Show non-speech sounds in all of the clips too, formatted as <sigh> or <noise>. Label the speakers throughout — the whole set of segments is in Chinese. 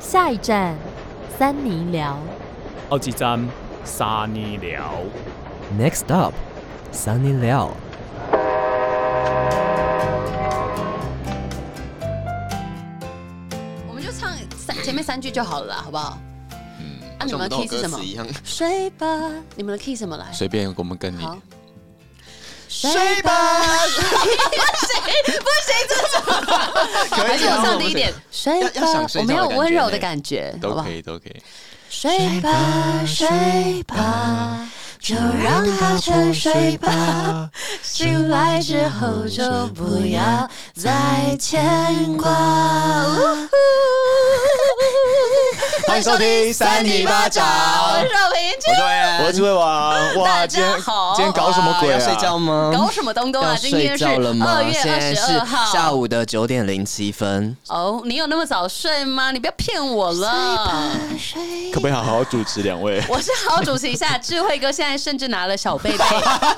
Speaker 1: 下一站，三尼寮。
Speaker 2: 好几站沙尼寮。
Speaker 3: Next up, Sunny Liao。
Speaker 4: 我们就唱三前面三句就好了啦，好不好？
Speaker 5: 嗯，
Speaker 4: 啊你们
Speaker 5: 像
Speaker 4: 的
Speaker 5: 我
Speaker 4: key 是什
Speaker 5: 歌
Speaker 4: 么
Speaker 5: 词一样，
Speaker 4: 睡吧，你们的 key 怎么来？
Speaker 5: 随便我们跟你。
Speaker 4: 好，
Speaker 1: 睡吧，
Speaker 6: 啊
Speaker 5: 可
Speaker 4: 还是我唱低一点，睡
Speaker 5: 要要想
Speaker 4: 吧，
Speaker 5: 睡
Speaker 4: 我没有
Speaker 5: 觉的感觉
Speaker 4: 温柔的
Speaker 5: 呢
Speaker 4: 感觉，好
Speaker 5: 都
Speaker 4: 不好
Speaker 5: 可？以，都可以。
Speaker 4: 睡吧，睡吧，就让它沉睡吧。醒来之后就不要再牵挂。
Speaker 5: 欢迎收听三尼巴掌
Speaker 4: 我是少平，
Speaker 5: 我是魏恩
Speaker 6: 我是魏王，
Speaker 4: 大
Speaker 6: 哇，今天
Speaker 4: 家好
Speaker 6: 今天搞什
Speaker 3: 哦
Speaker 6: 么鬼啊？
Speaker 5: 要睡觉吗？
Speaker 4: 搞什么东东
Speaker 6: 要
Speaker 4: 啊？今天
Speaker 6: 睡
Speaker 4: 是
Speaker 6: 觉了吗？
Speaker 4: 二月
Speaker 6: 现
Speaker 4: 二十
Speaker 6: 在是
Speaker 4: 二号
Speaker 6: 下午的九点零七分，
Speaker 4: 哦，你有那么早睡吗？你不要骗我了。哎
Speaker 6: 可不可以好好主持两位？
Speaker 4: 我是好好主持一下，智慧哥现在甚至拿了小
Speaker 6: <laughs>
Speaker 4: 贝贝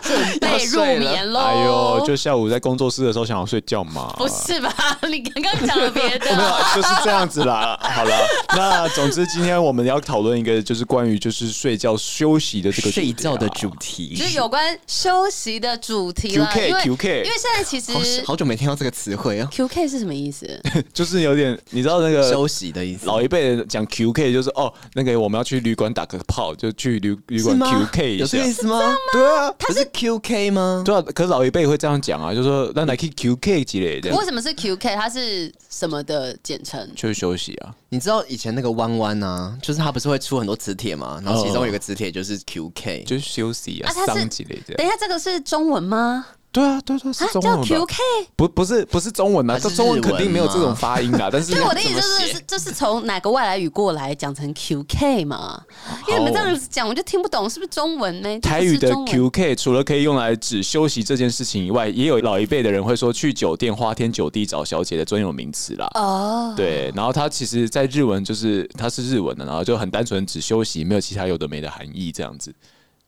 Speaker 4: 准备入眠喽。
Speaker 6: 哎呦，就下午在工作室的时候想要睡觉嘛。
Speaker 4: 不是啊吧？ <laughs> 你刚刚讲了别
Speaker 6: <laughs> 没有啊
Speaker 4: 的。，
Speaker 6: 就是这样子啦。好了，那总之今天我们要讨论一个，就是关于就是睡觉休息的这个主题
Speaker 3: 睡
Speaker 6: 啊
Speaker 3: 觉的主题
Speaker 4: 就是有关休息的主题啦，
Speaker 6: QK
Speaker 4: 因为
Speaker 6: QK
Speaker 4: 因为现在其
Speaker 5: 好
Speaker 4: 实
Speaker 5: 好久没听到这个词汇哦。
Speaker 4: QK 是什么意
Speaker 6: <laughs>
Speaker 4: 思？
Speaker 6: 就是有点，你知道那个
Speaker 3: 啊休息的意思。
Speaker 6: 呃老一辈的讲 QK 就是哦，那个我们要去旅馆打个炮，就去旅旅馆 QK 一
Speaker 3: 有
Speaker 6: 下
Speaker 3: 这个。意思吗？
Speaker 6: 对啊，
Speaker 3: 不是 QK 吗？
Speaker 6: 对啊，可是老一辈会这样讲啊，就说那来去 QK 之类的，
Speaker 4: 为什么是 QK？它是什么的简称？
Speaker 6: 就是休息啊。
Speaker 3: 你知道以前那个弯弯啊，就是他不是会出很多磁铁
Speaker 6: 哦
Speaker 3: 嘛，然后其中有一个磁铁就是 QK，、
Speaker 6: 就是休息啊
Speaker 4: 啊它，是
Speaker 6: 桑之类的。
Speaker 4: 等一下，这个是中文吗？
Speaker 6: 对啊，对对，是
Speaker 4: 啊，
Speaker 6: 中
Speaker 4: 叫
Speaker 6: 文吧？
Speaker 4: QK。
Speaker 6: 不不是不是中文啊，
Speaker 3: 它是
Speaker 6: 这中文
Speaker 3: 日文
Speaker 6: 肯定没有这种发音啊。但是
Speaker 4: 对，我的意思就
Speaker 6: 怎么
Speaker 4: 是，
Speaker 6: 写
Speaker 4: 是这是从哪个外来语过来讲成 QK 嘛？因为你们这样子讲，我就听不懂是不是中文呢？
Speaker 6: 台语的
Speaker 4: 这不是中文
Speaker 6: QK 除了可以用来指休息这件事情以外，也有老一辈的人会说去酒店花天酒地找小姐的专有名词啦。
Speaker 4: 哦，
Speaker 6: 对，然后它其实，在日文就是它是日文的，然后就很单纯只休息，没有其他有的没的含义这样子。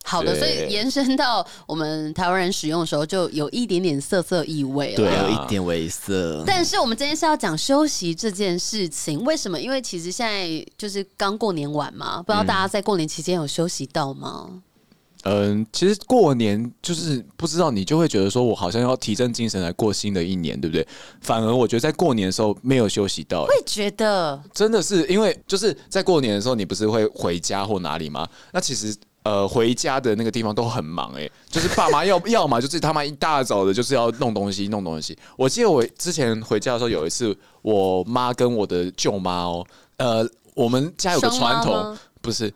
Speaker 4: 好的，
Speaker 6: 对
Speaker 4: 所以延伸到我们台湾人使用的时候，就有一点点涩涩意味了。
Speaker 6: 对啊
Speaker 3: 有一点猥色。
Speaker 4: 但是我们今天是要讲休息这件事情，为什么？因为其实现在就是刚过年晚嘛，不知道大家在过年期间有休息到吗？
Speaker 6: 嗯，其实过年就是不知道你就会觉得说，我好像要提振精神来过新的一年，对不对？反而我觉得在过年的时候没有休息到、
Speaker 4: 会觉得
Speaker 6: 真的是因为就是在过年的时候，你不是会回家或哪里吗？那其实。呃，回家的那个地方都很忙哎、就是爸妈要要么就是他妈一大早的就是要弄东西弄东西。我记得我之前回家的时候有一次，我妈跟我的舅妈哦，呃，我们家有个
Speaker 4: 双妈
Speaker 6: 传统
Speaker 4: 吗，
Speaker 6: 不是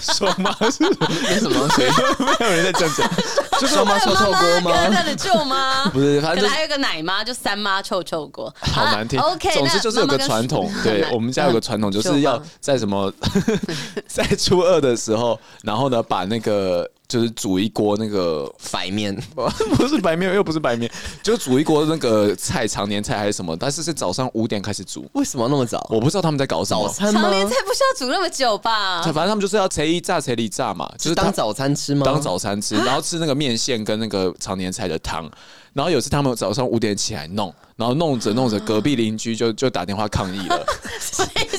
Speaker 6: 双妈 <laughs> 是
Speaker 5: 那什么东西？
Speaker 6: 没有人在正正，就是。
Speaker 5: 双妈臭臭锅吗？
Speaker 4: 跟他的舅妈
Speaker 6: <laughs> 不是，反
Speaker 4: 可能
Speaker 6: 正啊就是
Speaker 4: 还有个奶妈，就三妈臭臭锅，
Speaker 6: <laughs> 好难听。
Speaker 4: 啊 OK，
Speaker 6: 总之就是有个
Speaker 4: 那妈妈跟
Speaker 6: 传统，
Speaker 4: <laughs>
Speaker 6: 对
Speaker 4: 奶
Speaker 6: 我们家有个传统，就是要在什么 <laughs> 在初二的时候，然后呢把那个就是煮一锅那个。
Speaker 3: 白面，
Speaker 6: <laughs> 不是白面，又不是白面，就煮一锅那个菜，常年菜还是什么，但是是早上五点开始煮，
Speaker 3: 为什么那么早？
Speaker 6: 我不知道他们在搞什
Speaker 3: 早
Speaker 6: 么，
Speaker 3: 餐吗
Speaker 4: 常？嗯年菜不需要煮那么久
Speaker 6: <laughs>
Speaker 4: 吧？ <laughs>
Speaker 6: 反正他们就是要谁一炸谁里炸嘛，就是是
Speaker 3: 当
Speaker 6: 他
Speaker 3: 早餐吃吗？
Speaker 6: 当早餐吃，然后吃那个面线跟那个常年菜的汤。然后有一次他们早上五点起来弄，然后弄着弄着，隔壁邻居就就打电话抗议了。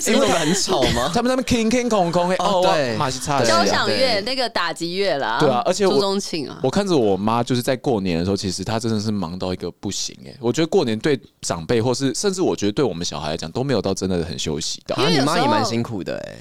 Speaker 3: 因为很吵吗？
Speaker 6: 他们在那边 king king 空空哎，
Speaker 3: 哦
Speaker 6: 哦，
Speaker 3: 对
Speaker 6: 我马西差
Speaker 3: 对
Speaker 4: 交
Speaker 6: 的。
Speaker 4: 响乐
Speaker 3: 对
Speaker 4: 那个打击乐啦，
Speaker 6: 对啊而且我
Speaker 4: 朱宗庆啊，
Speaker 6: 我看着我妈，就是在过年的时候，其实她真的是忙到一个不行哎、我觉得过年对长辈，或是甚至我觉得对我们小孩来讲，都没有到真的很休息到
Speaker 4: <laughs> 因。为
Speaker 3: 啊，你
Speaker 4: 有
Speaker 3: 妈
Speaker 4: 时
Speaker 3: 也
Speaker 4: 候
Speaker 3: 蛮辛苦的哎、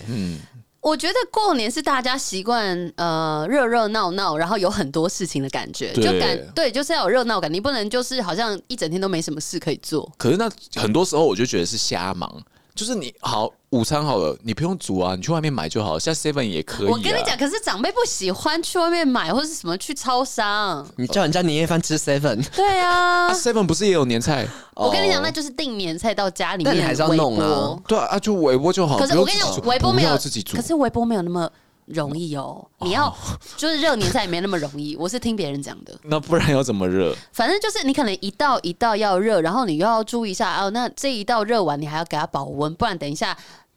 Speaker 4: 我觉得过年是大家习惯呃热热闹闹，然后有很多事情的感觉，
Speaker 6: 对
Speaker 4: 就感对，就是要有热闹感，你不能就是好像一整天都没什么事可以做。
Speaker 6: 可是那很多时候我就觉得是瞎忙，就是你好午餐好了，你不用煮啊，你去外面买就好，像 seven 也可以、啊。
Speaker 4: 我跟你讲，可是长辈不喜欢去外面买或是什么去超商，
Speaker 3: 你叫人家年夜饭
Speaker 4: <laughs>
Speaker 3: 吃 seven，
Speaker 4: 对啊
Speaker 6: 啊。，seven 不是也有年菜？
Speaker 4: 我跟你讲，那就是订年菜到家里
Speaker 3: 但
Speaker 4: 面
Speaker 3: 你还是要弄啊
Speaker 4: 微波
Speaker 6: 对啊，啊就微波就好。
Speaker 4: 可是我跟你
Speaker 6: 不用自
Speaker 4: 讲，
Speaker 6: 己煮
Speaker 4: 微波没
Speaker 6: 不
Speaker 4: 有
Speaker 6: 要自己煮
Speaker 4: 可。是微波没有那么容易哦。你要就是热年菜也没那么容易，我是听别人讲的。
Speaker 6: 那不然要怎么热？
Speaker 4: 反正就是你可能一道一道要热，然后你又要注意一下哦，那这一道热完你还要给它保温，不然等一下。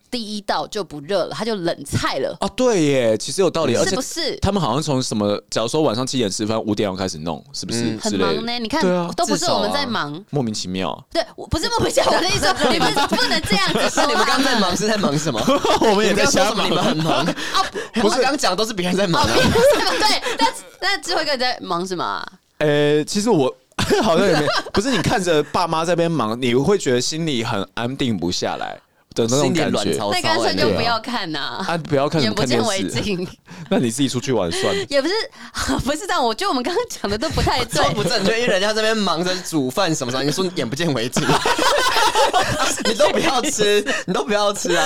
Speaker 4: 第一道就不热了，它就冷菜了，
Speaker 6: 啊，对耶，其实有道理，而
Speaker 4: 是
Speaker 6: 且
Speaker 4: 不是？
Speaker 6: 他们好像从什么，假如说晚上七点吃饭，五点要开始弄，是不是
Speaker 3: 嗯
Speaker 6: 之
Speaker 4: 很
Speaker 6: 类的？
Speaker 4: 忙呢，你看、
Speaker 6: 对啊
Speaker 4: 都不
Speaker 3: 至
Speaker 4: 是
Speaker 3: 少啊
Speaker 4: 我们在忙。
Speaker 6: 莫名其妙，
Speaker 4: <laughs> 对，我不是莫名其妙我的意思，
Speaker 6: <laughs>
Speaker 4: 你们不能这样子说
Speaker 3: 那你们刚刚在忙是在忙什么？
Speaker 6: 我们
Speaker 3: 你
Speaker 6: 也
Speaker 3: 们刚刚说
Speaker 6: 在瞎
Speaker 3: 什么？
Speaker 6: 忙
Speaker 3: 你
Speaker 6: <laughs>
Speaker 3: 们很忙，
Speaker 4: <laughs> 啊，
Speaker 3: <laughs> 不是刚刚讲都是别人在
Speaker 4: 哦
Speaker 3: 忙啊。
Speaker 4: 对，那那智慧哥你在忙什么啊？
Speaker 6: 呃，其实我 <laughs> 好像也没，不是你看着爸妈这边忙，你会觉得心里很安定不下来的 <laughs> 那种
Speaker 3: 心里
Speaker 6: 感
Speaker 3: 卵
Speaker 6: 觉。
Speaker 3: 巢
Speaker 4: 那干脆就不要看呐、
Speaker 6: 啊，不要看什
Speaker 4: 眼
Speaker 6: 么
Speaker 4: 不
Speaker 6: 看电
Speaker 4: 见为
Speaker 6: 视，
Speaker 4: 净，
Speaker 6: <laughs> 那你自己出去玩算
Speaker 4: <laughs>
Speaker 6: 了。
Speaker 4: 也不是 <laughs> 不是这样。我觉得我们刚刚讲的都不太对
Speaker 3: 超。 <laughs> 不正确，因为人家这边忙着煮饭什么的，你说眼不见为净， <laughs> 你都不要吃，你都不要吃啊！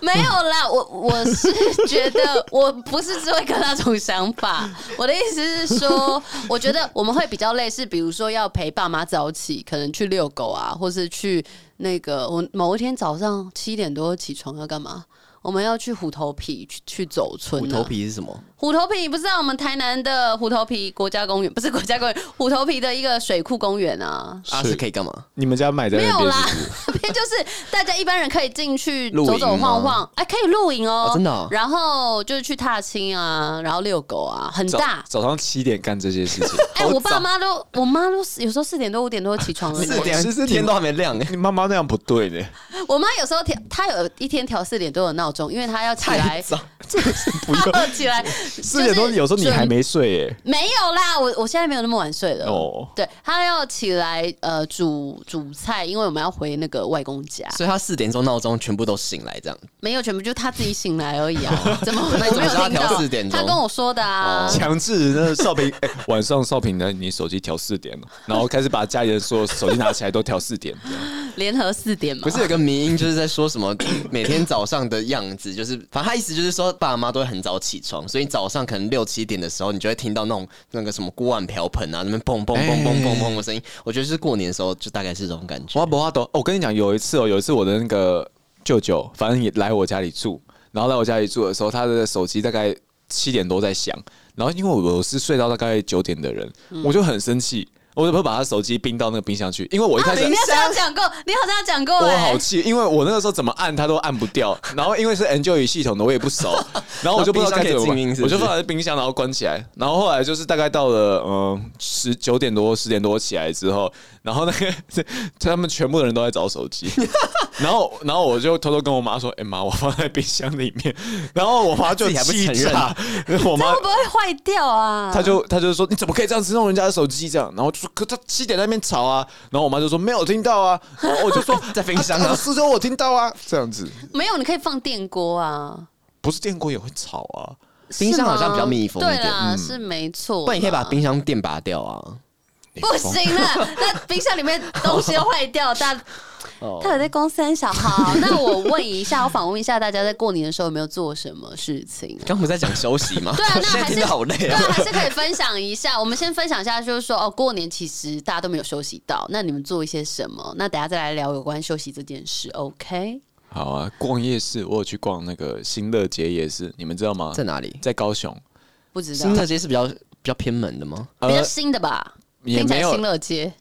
Speaker 4: 没有啦，我我是觉得我不是智慧哥那种想法。我的意思是说，我觉得我们会比较类似，比如说要陪爸妈早起，可能去遛狗啊，或是去那个我某一天早上七点多起床要干嘛？我们要去虎头皮去去走村、啊
Speaker 3: 虎头，皮是什么？
Speaker 4: 虎头皮不知道我们台南的虎头皮国家公园不是国家公园，虎头皮的一个水库公园啊。
Speaker 3: 啊，
Speaker 6: 是
Speaker 3: 是可以干嘛？
Speaker 6: 你们家买在
Speaker 4: 没
Speaker 6: 那
Speaker 4: 有
Speaker 6: 边
Speaker 4: 啦
Speaker 6: 是不是？，
Speaker 4: <laughs> 那边就是大家一般人可以进去
Speaker 3: 露营
Speaker 4: 走走晃晃，哎，可以露营哦
Speaker 3: 哦，真的哦
Speaker 4: 然后就是去踏青啊，然后遛狗啊，很
Speaker 6: 早
Speaker 4: 大。
Speaker 6: 早上七点干这些事
Speaker 4: <laughs>
Speaker 6: 情，
Speaker 4: 哎，我爸妈都，我妈都有时候四点多五点多起床了。
Speaker 3: 四点
Speaker 6: 其实你
Speaker 3: 天都还没
Speaker 4: 欸
Speaker 3: 亮哎，
Speaker 6: 你妈妈那样不对呢，
Speaker 4: 我妈有时候调，她有一天调四点多的闹钟，因为她要起来，
Speaker 6: 不用
Speaker 4: 她要起来
Speaker 6: <laughs> 四点多，有时候你还。
Speaker 4: 就是准
Speaker 6: 没睡耶。
Speaker 4: 没有啦，我我现在没有那么晚睡了。
Speaker 6: 哦
Speaker 4: 对，她要起来呃煮煮菜，因为我们要回那个外公家，
Speaker 3: 所以他四点钟闹钟全部都醒来这样。
Speaker 4: 没有全部就她自己醒来而已
Speaker 3: <laughs>
Speaker 4: 啊。怎么我
Speaker 3: 那你怎么
Speaker 4: 没有
Speaker 3: 知道她
Speaker 4: 听到
Speaker 3: 调4点钟哦
Speaker 4: 她跟我说的啊。
Speaker 6: 强制那少 <laughs> 平、哎晚上少平呢，你手机调四点 <laughs> 了，然后开始把家里的所有手机拿起来都调四点，这样
Speaker 4: 联合四点嘛，
Speaker 3: 不是有个迷音，就是在说什么 <coughs> 每天早上的样子，就是反正他意思就是说爸妈都会很早起床，所以早上可能六七点的时候，你就会听到那种那个什么锅碗瓢盆啊，那边砰砰砰砰砰砰的声音。我觉得是过年的时候，就大概是这种感觉。
Speaker 6: 我不花懂。哦我跟你讲，有一次哦，有一次我的那个舅舅，反正也来我家里住，然后来我家里住的时候，他的手机大概七点多在响，然后因为我是睡到大概九点的人，我就很生气，我就把他手机冰到那个冰箱去，因为我一开始、
Speaker 4: 啊你好像讲过，你好像讲过、
Speaker 6: 我
Speaker 4: 哎，
Speaker 6: 好气，因为我那个时候怎么按它都按不
Speaker 3: <laughs>
Speaker 6: 掉，然后因为是 Enjoy 系统的，我也不熟，然后我就不知道该怎
Speaker 3: 然后冰箱可以
Speaker 6: 么
Speaker 3: 静
Speaker 6: 办
Speaker 3: 音是，
Speaker 6: 我
Speaker 3: 不是
Speaker 6: 就放在冰箱，然后关起来，然后后来就是大概到了嗯十九点多十点多起来之后，然后那个 <laughs> 他们全部的人都在找手
Speaker 3: <laughs>
Speaker 6: 机，然后然后我就偷偷跟我妈说，哎、妈，我放在冰箱里面， <laughs> 然后我妈就
Speaker 3: 自己还不
Speaker 6: 气
Speaker 3: 承认
Speaker 6: 炸，我妈
Speaker 4: 会不会坏掉啊？
Speaker 6: 他就他就说你怎么可以这样子弄人家的手机这样？然后就说可他七点在那边吵啊，然后我妈就说没有听到啊，然后我就说
Speaker 3: 在冰箱啊
Speaker 6: 啊，
Speaker 4: 哦
Speaker 6: 是说我听到啊，这样子
Speaker 4: 没有，你可以放电锅啊，
Speaker 6: 不是电锅也会吵啊，
Speaker 3: 冰箱
Speaker 4: 是吗
Speaker 3: 好像比较密封一
Speaker 4: 对
Speaker 3: 点嗯
Speaker 4: 啦，是没错。
Speaker 3: 不然你可以把冰箱电拔掉啊。
Speaker 4: 不行
Speaker 3: <laughs>
Speaker 4: 了，那冰箱里面东西都坏掉，大
Speaker 3: 哦
Speaker 4: 他有在公司很小。好，那我问一下，我访问一下大家在过年的时候有没有做什么事情、啊？
Speaker 3: 刚不是在讲休息吗？
Speaker 4: 对
Speaker 3: <laughs>
Speaker 4: 啊，那
Speaker 3: 现在
Speaker 4: 还
Speaker 3: 听
Speaker 4: 是
Speaker 3: 得好累
Speaker 4: 对
Speaker 3: 啊
Speaker 4: 啊，。还是可以分享一下。我们先分享一下，就是说哦，过年其实大家都没有休息到，那你们做一些什么？那等一下再来聊有关休息这件事，OK？
Speaker 6: 好啊，逛夜市我有去逛那个新乐街夜市，你们知道吗？
Speaker 3: 在哪里？
Speaker 6: 在高雄，
Speaker 4: 不知道
Speaker 3: 新，乐街是比较比较偏门的吗？
Speaker 4: 比较新的吧，
Speaker 6: 呃也
Speaker 4: 听起
Speaker 6: 没
Speaker 4: 来
Speaker 6: 有
Speaker 4: 新乐街。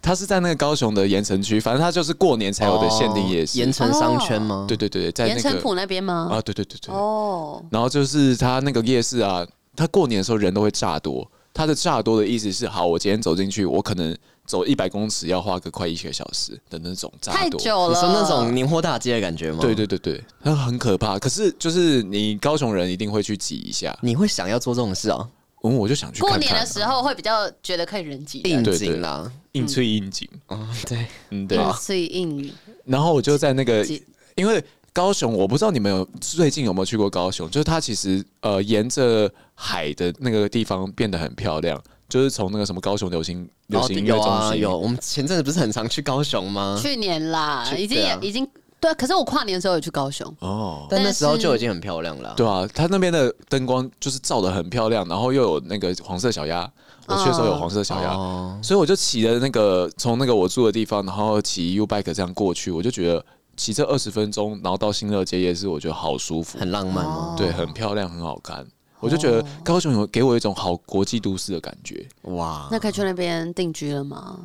Speaker 6: 它是在那个高雄的盐城区，反正它就是过年才有哎的限定夜
Speaker 3: 哦
Speaker 6: 市哦
Speaker 3: 盐。城商圈吗？
Speaker 6: 对对对对，在
Speaker 4: 盐
Speaker 6: 那
Speaker 4: 城
Speaker 6: 个
Speaker 4: 埔那边吗？
Speaker 6: 啊，对对对对，
Speaker 4: 哦，
Speaker 6: 然后就是他那个夜市啊，他过年的时候人都会炸多。他的炸多的意思是，好，我今天走进去，我可能走一百公尺要花个快一个小时的那种炸
Speaker 4: 太
Speaker 6: 多。
Speaker 4: 久
Speaker 3: 你
Speaker 4: 了。
Speaker 3: 说那种年货大街的感觉吗？
Speaker 6: 对，对对对，那很可怕。可是就是你高雄人一定会去挤一下，
Speaker 3: 你会想要做这种事哦，
Speaker 6: 嗯，我就想去看
Speaker 4: 过
Speaker 6: 看、
Speaker 4: 年的时候会比较觉得可以人挤人，
Speaker 3: 应
Speaker 6: 对
Speaker 3: 景啦。
Speaker 6: 应催应景，
Speaker 3: 哦，
Speaker 6: <laughs>
Speaker 3: 对，
Speaker 6: 嗯对。
Speaker 4: 所以应语
Speaker 6: 然后我就在那个
Speaker 4: 挤，
Speaker 6: 因为高雄，我不知道你们有最近有没有去过高雄，就是它其实呃沿着海的那个地方变得很漂亮，就是从那个什么高雄流行流行音乐
Speaker 3: 有
Speaker 6: 中心、
Speaker 3: 啊有，我们前阵子不是很常去高雄吗？
Speaker 4: 去年啦，
Speaker 3: 去
Speaker 4: 已经
Speaker 3: 对
Speaker 4: 也、
Speaker 3: 啊
Speaker 4: 已经对啊，可是我跨年的时候有去高雄，
Speaker 6: 哦，
Speaker 3: 但
Speaker 4: 但
Speaker 3: 那时候
Speaker 4: 是
Speaker 3: 就已经很漂亮了。
Speaker 6: 对啊，它那边的灯光就是照的很漂亮，然后又有那个黄色小鸭，我去的时候有黄色小鸭，
Speaker 3: 哦，
Speaker 6: 所以我就骑着那个从那个我住的地方，然后骑 U bike 这样过去，我就觉得骑这二十分钟，然后到新乐街夜市，我觉得好舒服，
Speaker 3: 很浪漫哦。
Speaker 6: 对，很漂亮，很好看。我就觉得高雄有给我一种好国际都市的感觉，
Speaker 3: 哦哇，
Speaker 4: 那可以去那边定居了吗？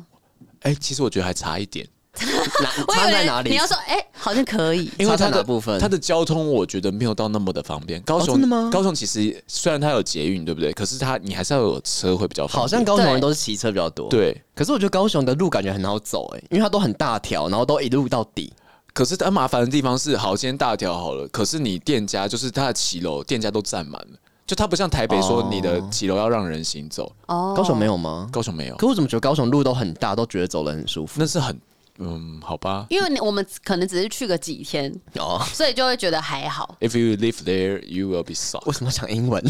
Speaker 6: 哎、其实我觉得还差一点，
Speaker 3: 哪
Speaker 4: <laughs> 我以
Speaker 3: 差
Speaker 4: 为
Speaker 3: 在哪里？
Speaker 4: 你要说，哎、好像可以。
Speaker 6: 因为它
Speaker 3: 差在
Speaker 6: 的
Speaker 3: 哪部分
Speaker 6: 它的交通我觉得没有到那么的方便。高雄、
Speaker 3: 哦真的吗
Speaker 6: 高雄其实虽然它有捷运，对不对？可是它你还是要有车会比较方便
Speaker 3: 好像高雄人
Speaker 4: 对
Speaker 3: 都是骑车比较多，。
Speaker 6: 对。
Speaker 3: 可是我觉得高雄的路感觉很好走、欸，因为它都很大条，然后都一路到底。
Speaker 6: 可是它呃麻烦的地方是，好，今天大条好了，可是你店家就是它的骑楼，店家都占满了，就它不像台北说
Speaker 3: 哦
Speaker 6: 你的骑楼要让人行走，
Speaker 4: 哦
Speaker 3: 高雄没，有吗？
Speaker 6: 高雄没有，
Speaker 3: 可我怎么觉得高雄路都很大，都觉得走得很舒服
Speaker 6: 那是很嗯，好吧。
Speaker 4: 因为你我们可能只是去个几
Speaker 3: <laughs>
Speaker 4: 天，
Speaker 3: 哦？
Speaker 4: 所以就会觉得还好。
Speaker 6: If you live there, you will be soft.
Speaker 3: 为什么要讲英
Speaker 4: <laughs>
Speaker 3: 文？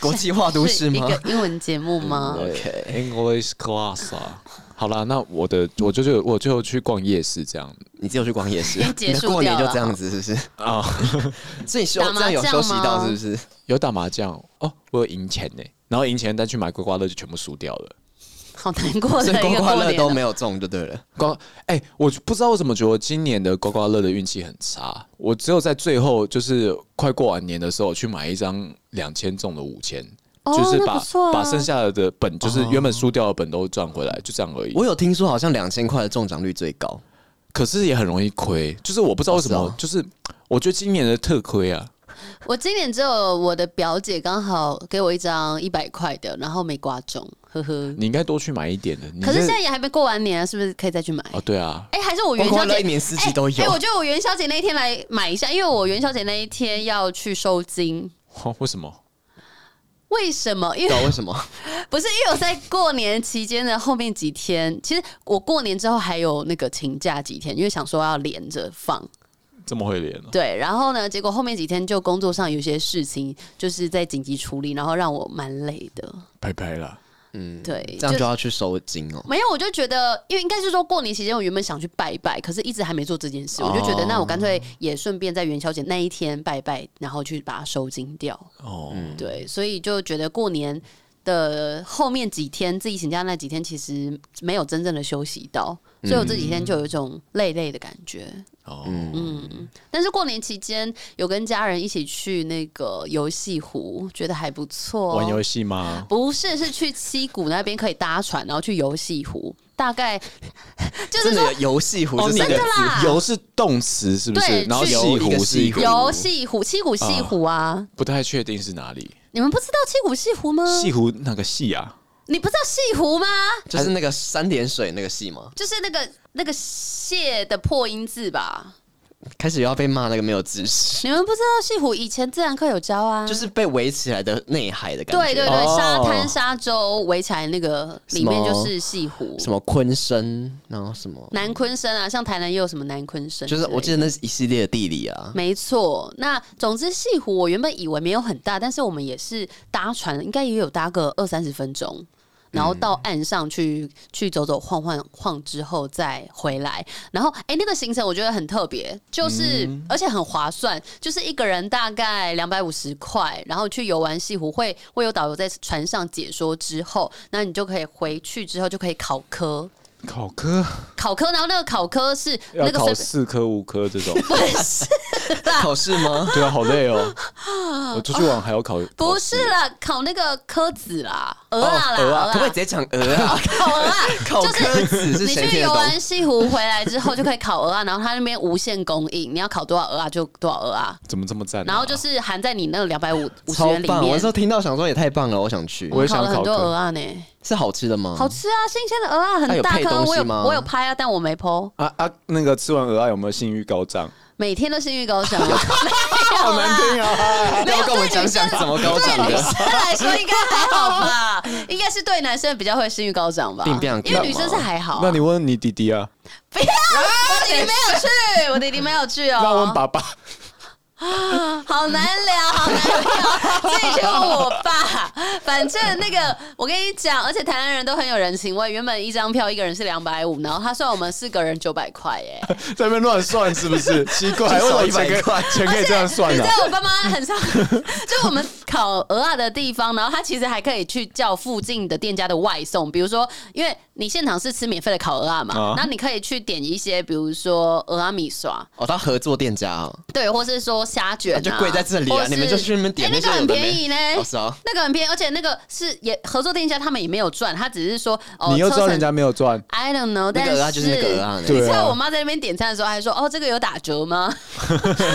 Speaker 3: 国际化都市
Speaker 4: 是一
Speaker 3: 吗？嗯
Speaker 4: 个英文节目吗？
Speaker 3: OK
Speaker 6: English class 啊。好啦，那我的我就就我就去逛夜市这样
Speaker 3: 你只有去逛夜市，啊
Speaker 4: 经 <laughs> 结束
Speaker 3: 你的过年
Speaker 4: 掉
Speaker 3: 就
Speaker 4: 了
Speaker 3: 这样子，是不是？
Speaker 6: 啊，
Speaker 3: <laughs> 所以休
Speaker 4: 打
Speaker 3: 这
Speaker 4: 麻
Speaker 3: 样有休息
Speaker 4: 将吗
Speaker 3: 到，是
Speaker 4: <laughs>
Speaker 3: 不是？
Speaker 6: 有打麻将哦，我有赢钱呢，然后赢钱但去买刮刮乐就全部输掉了。
Speaker 4: 好难过的
Speaker 3: 所以
Speaker 4: 一
Speaker 3: 刮
Speaker 4: 个
Speaker 3: 刮
Speaker 4: 过
Speaker 3: 乐
Speaker 4: 年啊
Speaker 3: 都
Speaker 4: 了。
Speaker 3: 没有中就对了。
Speaker 6: 刮哎、我不知道为什么觉得我今年的刮刮乐的运气很差，我只有在最后就是快过完年的时候去买一张两千中的五千、
Speaker 4: 哦
Speaker 6: 就是
Speaker 4: 那
Speaker 6: 把、
Speaker 4: 不错啊
Speaker 6: 把剩下的本就是原本输掉的本都赚回来，就这样而已。
Speaker 3: 我有听说好像两千块的中奖率最
Speaker 4: <laughs>
Speaker 3: 高，
Speaker 6: 可是也很容易亏，就是我不知道为什么，
Speaker 3: 哦是哦
Speaker 6: 就是我觉得今年的特亏啊。
Speaker 4: 我今年只有我的表姐刚好给我一张一百块的，然后没刮中，呵呵。
Speaker 6: 你应该多去买一点的。你
Speaker 4: 可是
Speaker 6: 这
Speaker 4: 现在也还没过完年啊，是不是可以再去买？
Speaker 6: 哦，对啊，
Speaker 4: 哎、还是我
Speaker 3: 刮
Speaker 4: 元宵
Speaker 3: 刮乐
Speaker 4: 节
Speaker 3: 一年四季都有
Speaker 4: 哎、我觉得我元宵节那一天来买一下，因为我元宵节那一天要去收金。
Speaker 6: 哦为什么？
Speaker 4: 为什么？因为
Speaker 3: 不知道为什么？
Speaker 4: 不是因为我在过年期间的后面几天，其实我过年之后还有那个请假几天，因为想说要连着放。
Speaker 6: 这么会连哦、
Speaker 4: 对，然后呢，结果后面几天就工作上有些事情，就是在紧急处理，然后让我蛮累的。
Speaker 6: 拜拜啦。
Speaker 3: 嗯，
Speaker 4: 对，
Speaker 3: 这样就要去收金哦。
Speaker 4: 没有，我就觉得，因为应该是说过年期间，我原本想去拜一拜，可是一直还没做这件事，我就觉得，那我干脆也顺便在元宵节那一天拜一拜，然后去把它收金掉。
Speaker 6: 哦，
Speaker 4: 对，所以就觉得过年的后面几天，自己请假那几天，其实没有真正的休息到，所以我这几天就有一种累累的感觉。
Speaker 6: 哦，
Speaker 3: 嗯
Speaker 4: 嗯但是过年期间有跟家人一起去那个游戏湖，觉得还不错。哦
Speaker 6: 玩游戏吗？
Speaker 4: 不是，是去七谷那边可以搭船，然后去游戏湖，大概就是
Speaker 3: 真
Speaker 4: 说
Speaker 3: 的游戏湖
Speaker 6: 哦，
Speaker 3: 是
Speaker 6: 你
Speaker 3: 三个
Speaker 6: 的
Speaker 3: 字，
Speaker 4: 啦
Speaker 6: 游是动词是不是
Speaker 4: 对？
Speaker 6: 然后
Speaker 4: 去
Speaker 6: 西湖是一
Speaker 3: 有一个西湖
Speaker 6: 个
Speaker 4: 游戏湖，七谷戏湖啊，
Speaker 6: 不太确定是哪里。
Speaker 4: 你们不知道七谷戏湖吗？
Speaker 6: 西湖那个戏啊？
Speaker 4: 你不知道戏湖吗？
Speaker 3: 就是那个三点水那个戏吗？
Speaker 4: 就是那个那个蟹的破音字吧？
Speaker 3: 开始又要被骂那个没有知识，
Speaker 4: 你们不知道戏湖以前自然课有教啊，
Speaker 3: 就是被围起来的内海的感觉。
Speaker 4: 对对
Speaker 6: 哦
Speaker 4: 对，沙滩沙洲围起来那个里面就是戏湖，
Speaker 3: 什么昆生，然后什么，
Speaker 4: 南昆生啊，像台南也有什么南昆生之
Speaker 3: 就
Speaker 4: 类
Speaker 3: 是
Speaker 4: 的，
Speaker 3: 我记得那是一系列的地理
Speaker 4: <laughs>
Speaker 3: 啊。
Speaker 4: 没错，那总之西湖我原本以为没有很大，但是我们也是搭船，应该也有搭个二三十分钟，然
Speaker 6: 嗯
Speaker 4: 后到岸上去、去走走晃晃晃之后再回来。然后哎、诶那个行程我觉得很特别，就是、
Speaker 6: 嗯
Speaker 4: 而且很划算，就是一个人大概两百五十块，然后去游玩西湖会会有导游在船上解说之后，那你就可以回去之后就可以考科。
Speaker 6: 考科
Speaker 4: 考科，然后那个考科是
Speaker 6: 要
Speaker 4: 那个
Speaker 6: 考
Speaker 4: 随
Speaker 6: 四科五科这种， <laughs>
Speaker 4: 不 <laughs> 是
Speaker 3: 考试吗？
Speaker 6: 对啊，好累
Speaker 4: <laughs>
Speaker 6: 哦。我出去玩还要考，
Speaker 4: 哦不是啦，考那个科子啦，鹅啦啦，
Speaker 3: 鹅
Speaker 4: 啦
Speaker 3: 啊，可不可以直接讲鹅啊？
Speaker 4: 考
Speaker 3: <laughs>
Speaker 4: 鹅啊？
Speaker 3: 考科子是
Speaker 4: 你
Speaker 3: 谁
Speaker 4: 去
Speaker 3: 听得
Speaker 4: 游
Speaker 3: 懂？
Speaker 4: 玩西湖回来之后就可以烤鹅啊，然后它那边无限供应，你要烤多少鹅啊就多少鹅啊，
Speaker 6: 怎么这么赞啊？
Speaker 4: 然后就是含在你那两百五五十
Speaker 3: 超
Speaker 4: 元里
Speaker 3: 棒！我那
Speaker 4: 面
Speaker 3: 时，候听到想说也太棒了，我想去。
Speaker 6: 我也
Speaker 4: 烤
Speaker 6: 想
Speaker 4: 了很
Speaker 6: 考
Speaker 4: 多鹅
Speaker 6: 科。
Speaker 4: 啊呢，
Speaker 3: 是好吃的吗？
Speaker 4: 好吃啊，新鲜的鹅啊
Speaker 3: 它
Speaker 4: 很
Speaker 3: 有
Speaker 4: 大
Speaker 3: 配
Speaker 4: 颗，
Speaker 3: 东
Speaker 4: 我
Speaker 3: 西
Speaker 4: 有
Speaker 3: 吗
Speaker 4: 我有拍啊，但我没 PO，
Speaker 6: 啊啊！那个吃完鹅啊，有没有性欲高涨？
Speaker 4: 每天都是预
Speaker 3: <laughs>
Speaker 4: 告上，没有啦。
Speaker 6: 啊！
Speaker 3: 要跟我们讲讲怎么高涨
Speaker 4: 对女
Speaker 3: 的？
Speaker 4: 生来说应该还好吧，应该是对男生比较会性欲高涨吧
Speaker 3: 并不想，
Speaker 4: 因为女生是还好啊。
Speaker 6: 那你问你弟弟啊，
Speaker 4: 不要，我弟弟没有去，我弟弟没有去
Speaker 6: 那问
Speaker 4: 哦，
Speaker 6: 爸 <laughs> 爸。
Speaker 4: 好难聊，好难聊，自己去问我爸。反正那个，我跟你讲，而且台南人都很有人情味。原本一张票一个人是两百五，然后他算我们四个人九百块耶。
Speaker 6: 在那边乱算
Speaker 4: <laughs>
Speaker 6: 是不是？奇怪，为什么钱可以钱可以这样算啊
Speaker 4: 你知
Speaker 6: 呢、
Speaker 4: <laughs> 道我爸妈很常，就我们烤鹅啊的地方，然后他其实还可以去叫附近的店家的外送，比如说，因为你现场是吃免费的烤鹅啊嘛
Speaker 6: 啊，
Speaker 4: 那、你可以去点一些，比如说鹅啊米刷，
Speaker 3: 哦，他合作店家哦，
Speaker 4: 对，或是说虾卷、啊，
Speaker 3: 那就贵在这里啊
Speaker 4: 或是
Speaker 3: 你们就去那边点
Speaker 4: 哎那
Speaker 3: 那些
Speaker 4: 个很
Speaker 3: 有的没
Speaker 4: 便宜呢，
Speaker 3: 哦是哦
Speaker 4: 那个很便宜，而且那个是也合作店家他们也没有赚，他只是说哦，
Speaker 6: 你又知
Speaker 4: 车
Speaker 6: 道
Speaker 4: 程
Speaker 6: 人家没有赚，
Speaker 4: I don't know，
Speaker 3: 那
Speaker 4: 但
Speaker 3: 个鹅啊就是那个鹅啊
Speaker 4: 你
Speaker 3: 对
Speaker 6: 啊
Speaker 4: 知道我妈在那边点餐的时候还说：“哦，这个有打折
Speaker 3: <laughs>
Speaker 4: 吗？”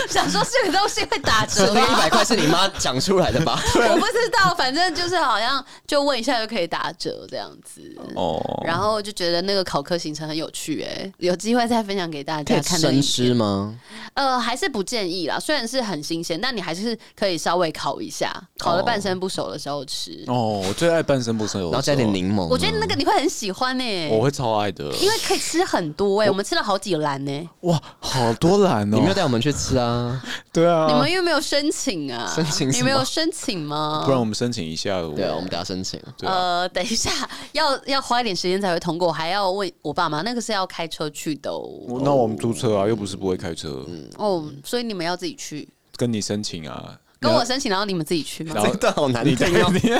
Speaker 4: 想说这个东西会打
Speaker 3: 是
Speaker 4: 折
Speaker 3: 那个一
Speaker 4: 吗？
Speaker 3: 百块是你妈讲出来的 <laughs> 吧？
Speaker 4: 我不知道，反正就是好像就问一下就可以打折这样子。
Speaker 6: 哦，
Speaker 4: 然后就觉得那个考科行程很有趣、哎，有机会再分享给大
Speaker 3: 可
Speaker 4: 家
Speaker 3: 以
Speaker 4: 看那个
Speaker 3: 生
Speaker 4: 影
Speaker 3: 吃
Speaker 4: 片。
Speaker 3: 吗？
Speaker 4: 呃，还是不建议啦，虽然是很新鲜，但你还是可以稍微烤一下，烤的半生不熟的时候吃。
Speaker 6: 哦，我最爱半生不熟，然
Speaker 3: 然后加点，柠檬。啊
Speaker 4: 我觉得那个你会很喜欢呢、
Speaker 6: 我会超爱的。
Speaker 4: 因为可以吃很多哎、我们吃了好几篮呢、
Speaker 6: 哇，好多懒
Speaker 3: 你没有
Speaker 6: 哦，
Speaker 3: 带我们去吃啊？
Speaker 6: 对啊，
Speaker 4: 你们又没有申请啊？
Speaker 3: 申请什么
Speaker 4: 你们有申请吗？
Speaker 6: 不然我们申请一下，
Speaker 3: 对啊，我们等下申请。
Speaker 6: 对啊
Speaker 4: 呃，等一下，要要花一点时间才会通过，还要问我爸妈，那个是要开车去的哦。
Speaker 6: 我那我们租车啊，又不是不会开车，
Speaker 4: 哦，所以你们要自己去，
Speaker 6: 跟嗯你申请啊，
Speaker 4: 跟我申请，然后你们自己去吗
Speaker 6: 然？后
Speaker 3: 这段好难
Speaker 6: 你
Speaker 3: 听
Speaker 6: 跟
Speaker 3: 哦。
Speaker 6: 你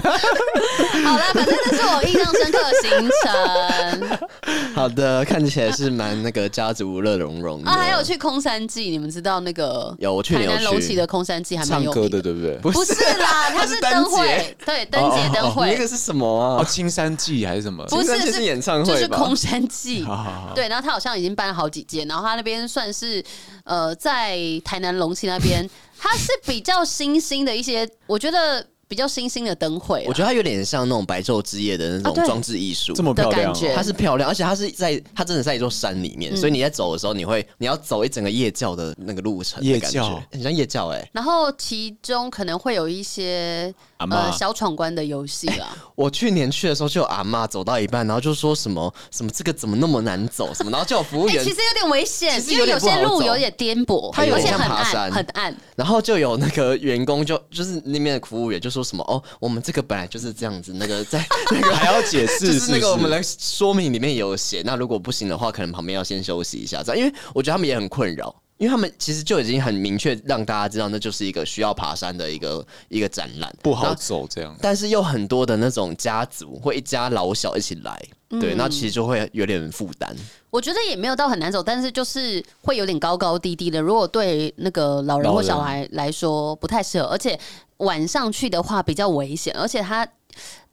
Speaker 4: 好啦，反正这是我印象深刻的行
Speaker 6: <laughs>
Speaker 4: 程
Speaker 3: <laughs> 好的，看起来是蛮那个家族乐融融的。
Speaker 4: 啊，还有去空山记，你们知道那个
Speaker 3: 有我去
Speaker 4: 台
Speaker 3: 年有
Speaker 4: 南
Speaker 3: 去
Speaker 4: 楼起的空山记还蛮
Speaker 6: 唱
Speaker 4: 有
Speaker 6: 歌
Speaker 4: 名
Speaker 6: 的，。对不对？
Speaker 4: 不是
Speaker 3: <laughs>
Speaker 4: 啦，它是
Speaker 3: 是灯
Speaker 4: 灯会
Speaker 3: 节，
Speaker 4: 对，灯节灯
Speaker 3: 你那
Speaker 4: 会
Speaker 3: 个，是什么啊
Speaker 6: 哦，？青山记还是什么？啊
Speaker 4: 不
Speaker 3: 这
Speaker 4: 是
Speaker 3: 是演唱会吧
Speaker 4: 就是空山
Speaker 3: <laughs>
Speaker 4: 记。
Speaker 6: 好好好，
Speaker 4: 对，然后他好像已经办了好几届，然后他那边算是呃，在台南龙崎那边，他是比较新兴的一些，我觉得比较新兴的灯会啦，
Speaker 3: 我觉得它有点像那种白昼之夜的那
Speaker 4: 啊对
Speaker 3: 种装置艺术，
Speaker 6: 这么漂
Speaker 4: 的感
Speaker 6: 亮哦，
Speaker 4: 觉
Speaker 3: 它是漂亮，而且它是在它真的在一座山里面，
Speaker 4: 嗯
Speaker 3: 所以你在走的时候，你会你要走一整个夜教的那个路程的感觉，
Speaker 6: 夜教
Speaker 3: 很像夜教哎、
Speaker 4: 然后其中可能会有一些
Speaker 6: 阿嬷
Speaker 4: 呃小闯关的游戏
Speaker 3: <laughs>
Speaker 4: 啦，
Speaker 3: 我去年去的时候，就有阿嬷走到一半，然后就说什么什么这个怎么那么难走什么，然后就有服务
Speaker 4: 哎、
Speaker 3: 员，
Speaker 4: 其实有点危险，
Speaker 3: 其实
Speaker 4: 因为
Speaker 3: 有
Speaker 4: 有
Speaker 3: 点不
Speaker 4: 些
Speaker 3: 好
Speaker 4: 路
Speaker 3: 走
Speaker 4: 有点颠簸，
Speaker 3: 它有
Speaker 4: 而且
Speaker 3: 点像
Speaker 4: 很
Speaker 3: 爬山
Speaker 4: 暗，很暗。
Speaker 3: 然后就有那个员工就就是那边的服务员就说什么哦，我们这个本来就是这样子，那个在 <laughs> 那个
Speaker 6: 还要解
Speaker 3: <laughs> 就
Speaker 6: 释，
Speaker 3: 是那
Speaker 6: 不
Speaker 3: 个我们的说明里面也有写，那如果不行的话，可能旁边要先休息一下，这样，因为我觉得他们也很困扰。因为他们其实就已经很明确让大家知道，那就是一个需要爬山的一个一个展览，
Speaker 6: 嗯不好走这样。
Speaker 3: 但是又很多的那种家族会一家老小一起来，
Speaker 6: 嗯
Speaker 3: 对，那其实就会有点负担。
Speaker 4: 我觉得也没有到很难走，但是就是会有点高高低低的。如果对那个老人
Speaker 6: 老
Speaker 4: 或
Speaker 6: 人
Speaker 4: 小孩来说不太适合，而且晚上去的话比较危险，而且它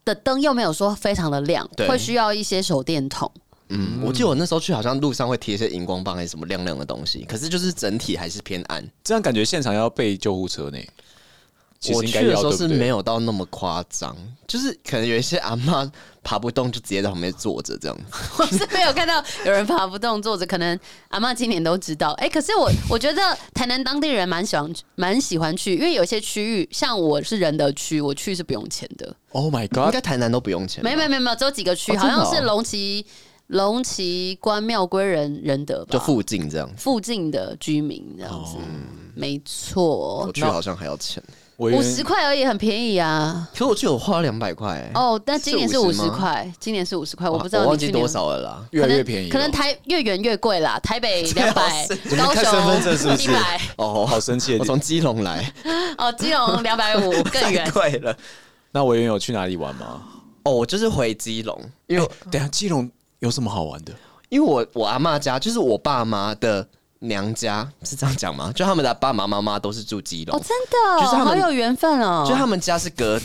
Speaker 4: 的灯又没有说非常的亮，
Speaker 3: 对
Speaker 4: 会需要一些手电筒。
Speaker 3: 嗯，我记得我那时候去好像路上会贴一些荧光棒还是什么亮亮的东西，可是就是整体还是偏暗。
Speaker 6: 这样感觉现场要备救护车呢。其
Speaker 3: 我
Speaker 6: 实应该
Speaker 3: 去的
Speaker 6: 要
Speaker 3: 时候是
Speaker 6: 对不对
Speaker 3: 没有到那么夸张，就是可能有一些阿嬷爬不动就直接在旁边坐着这样。
Speaker 4: 我是没有看到有人爬不动坐着，可能阿嬷今年都知道。哎、可是我 <laughs> 我觉得台南当地人蛮喜欢蛮喜欢去，因为有些区域像我是仁德区，我去是不用钱的。
Speaker 6: ，Oh my
Speaker 3: 应
Speaker 6: God！
Speaker 3: 该台南都不用钱吧，
Speaker 4: 没没没没有，只有几个区，
Speaker 3: 哦
Speaker 4: 好
Speaker 3: 真的
Speaker 4: 像
Speaker 3: 哦
Speaker 4: 是龙崎、龙崎关庙归仁仁德吧，
Speaker 3: 就附近这样。
Speaker 4: 附近的居民这样子，没错
Speaker 3: 我，去好像还要钱，
Speaker 6: 我原
Speaker 4: 五十块而已，很便宜啊。
Speaker 3: 可我去我花了两百块，欸
Speaker 4: 哦，但今年是
Speaker 3: 是
Speaker 4: 五
Speaker 3: 50
Speaker 4: 十
Speaker 3: 吗哦
Speaker 4: 块，今年是五十块，我不知道
Speaker 3: 我
Speaker 4: 你
Speaker 3: 忘
Speaker 4: 去
Speaker 3: 记
Speaker 4: 年
Speaker 3: 多。少了啦。
Speaker 6: 越来越便宜哦了，
Speaker 4: 可能台越远越贵啦，台
Speaker 3: <laughs>
Speaker 4: 北两百，
Speaker 3: 啊
Speaker 4: 高
Speaker 6: 看身份证
Speaker 4: 雄
Speaker 6: 是不
Speaker 4: 一
Speaker 6: 是
Speaker 4: 百，
Speaker 6: 我
Speaker 3: 哦， <laughs>
Speaker 6: 好生气
Speaker 3: 我
Speaker 6: 的
Speaker 3: 从
Speaker 6: 点。
Speaker 3: 基隆来，
Speaker 4: 哦，基隆两百五 <laughs>
Speaker 3: <laughs>
Speaker 4: 更远
Speaker 3: 太。贵了。
Speaker 6: 那我原有去哪里玩吗？
Speaker 3: 哦，我就是回基隆，因
Speaker 6: 因
Speaker 3: 为
Speaker 4: 哎
Speaker 6: 为等一下基隆有什么好玩
Speaker 3: <laughs>
Speaker 6: 的？
Speaker 3: 因为我我阿嬷家就是我爸妈的娘家，是这样讲吗？就他们的爸爸妈妈都是住基隆，
Speaker 4: 哦，真的哦，
Speaker 3: 就是他
Speaker 4: 好
Speaker 3: 们
Speaker 4: 有缘分哦。
Speaker 3: 就他们家是隔，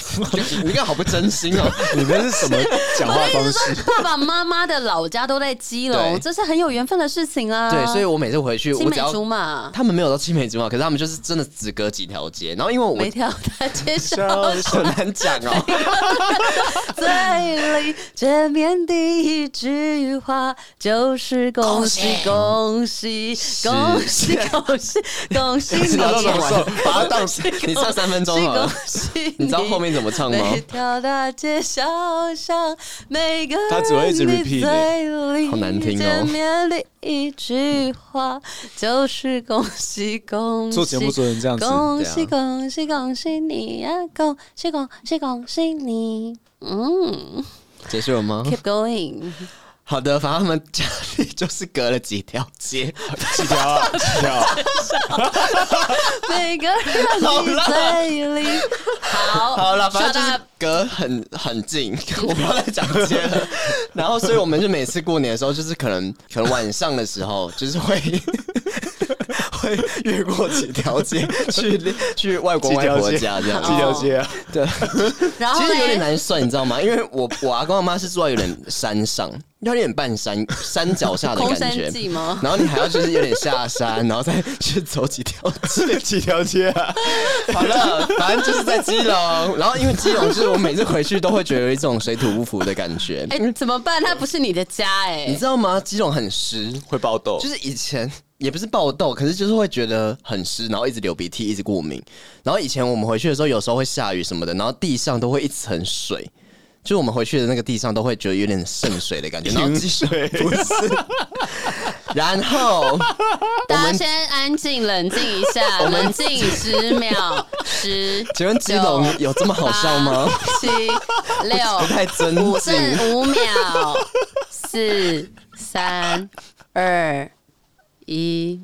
Speaker 3: <laughs> 你看好不真心哦。
Speaker 6: 你们是什么讲话方式？
Speaker 4: 爸爸妈妈的老家都在基隆，
Speaker 3: 对
Speaker 4: 这是很有缘分的事情 <laughs> 啊。
Speaker 3: 对，所以我每次回去，
Speaker 4: 青
Speaker 3: 我
Speaker 4: 梅
Speaker 3: 只要
Speaker 4: 竹马，
Speaker 3: 他们没有到青梅竹马，可是他们就是真的只隔几条街。然后因为我
Speaker 4: 每条大街上
Speaker 3: <laughs> 很难讲
Speaker 4: <laughs>
Speaker 3: 哦，
Speaker 4: 最里见面第一句话就是恭喜恭喜恭喜恭喜恭
Speaker 3: <laughs>
Speaker 4: 喜你，
Speaker 3: 要讲完，把它
Speaker 4: <laughs>
Speaker 3: 当
Speaker 4: 恭
Speaker 3: 你唱三分钟好了。
Speaker 4: 喜恭喜
Speaker 3: <laughs> 你知道后面怎么唱吗？
Speaker 4: 每条大街小巷，每个人
Speaker 6: 他只会一直 repeat
Speaker 4: 的嘴里
Speaker 3: 好难听哦
Speaker 4: 见面的一句话就是恭喜恭喜。
Speaker 6: 做节目做成这样子
Speaker 4: 恭
Speaker 3: 对
Speaker 4: 喜
Speaker 3: 啊
Speaker 4: 恭喜恭喜你啊！恭喜恭喜恭喜你！嗯
Speaker 3: 结束了吗？
Speaker 4: <laughs>
Speaker 3: <laughs>
Speaker 4: ，keep going。
Speaker 3: 好的，反正他们家里就是隔了几条街，
Speaker 6: 几条啊，几条啊， <laughs>
Speaker 4: 每个人的嘴里。好，
Speaker 3: <laughs> 好了，反正就
Speaker 4: shut
Speaker 3: 是
Speaker 4: up
Speaker 3: 隔很很近， <laughs> 我不要再讲这些了。 <laughs> 然后，所以我们就每次过年的时候，就是可能可能晚上的时候，就是会 <laughs> 会越过几条街去去外公
Speaker 6: 几
Speaker 3: 外
Speaker 6: 条
Speaker 3: 婆
Speaker 6: 街
Speaker 3: 家这样
Speaker 6: 几
Speaker 3: 子。
Speaker 6: 条街啊。
Speaker 3: 对，
Speaker 4: 哦然后
Speaker 3: 其
Speaker 4: 呢
Speaker 3: 实有点难算，你知道吗？因为我我阿公阿妈是住在有点山上，有点半山山脚下的
Speaker 4: 空
Speaker 3: 感
Speaker 4: 山
Speaker 3: 觉。
Speaker 4: 计吗？
Speaker 3: 然后你还要就是有点下山，然后再去走几条街，
Speaker 6: 几条
Speaker 3: <laughs>
Speaker 6: 街啊？
Speaker 3: 好了，反正就是在基隆，然后因为基隆就是我每次回去都会觉得有一种水土不服的感觉，
Speaker 4: 哎、怎么办？那不是你的家哎、
Speaker 3: 你知道吗？基隆很湿，
Speaker 6: 会爆痘，
Speaker 3: 就是以前也不是爆痘，可是就是会觉得很湿，然后一直流鼻涕，一直过敏。然后以前我们回去的时候，有时候会下雨什么的，然后地上都会一层水。就是我们回去的那个地上都会觉得有点渗水的感
Speaker 6: <laughs>
Speaker 3: 觉，然后基隆
Speaker 6: 水
Speaker 3: 不是， <laughs> 然后
Speaker 4: 大家先安静冷静一
Speaker 3: <laughs>
Speaker 4: 下，冷静十秒，十。
Speaker 3: 请问基隆
Speaker 4: 九
Speaker 3: 有这么好笑吗？
Speaker 4: 八？七六
Speaker 3: 不 <laughs> 太尊
Speaker 4: 五
Speaker 3: 敬，
Speaker 4: 剩五秒，四三二一，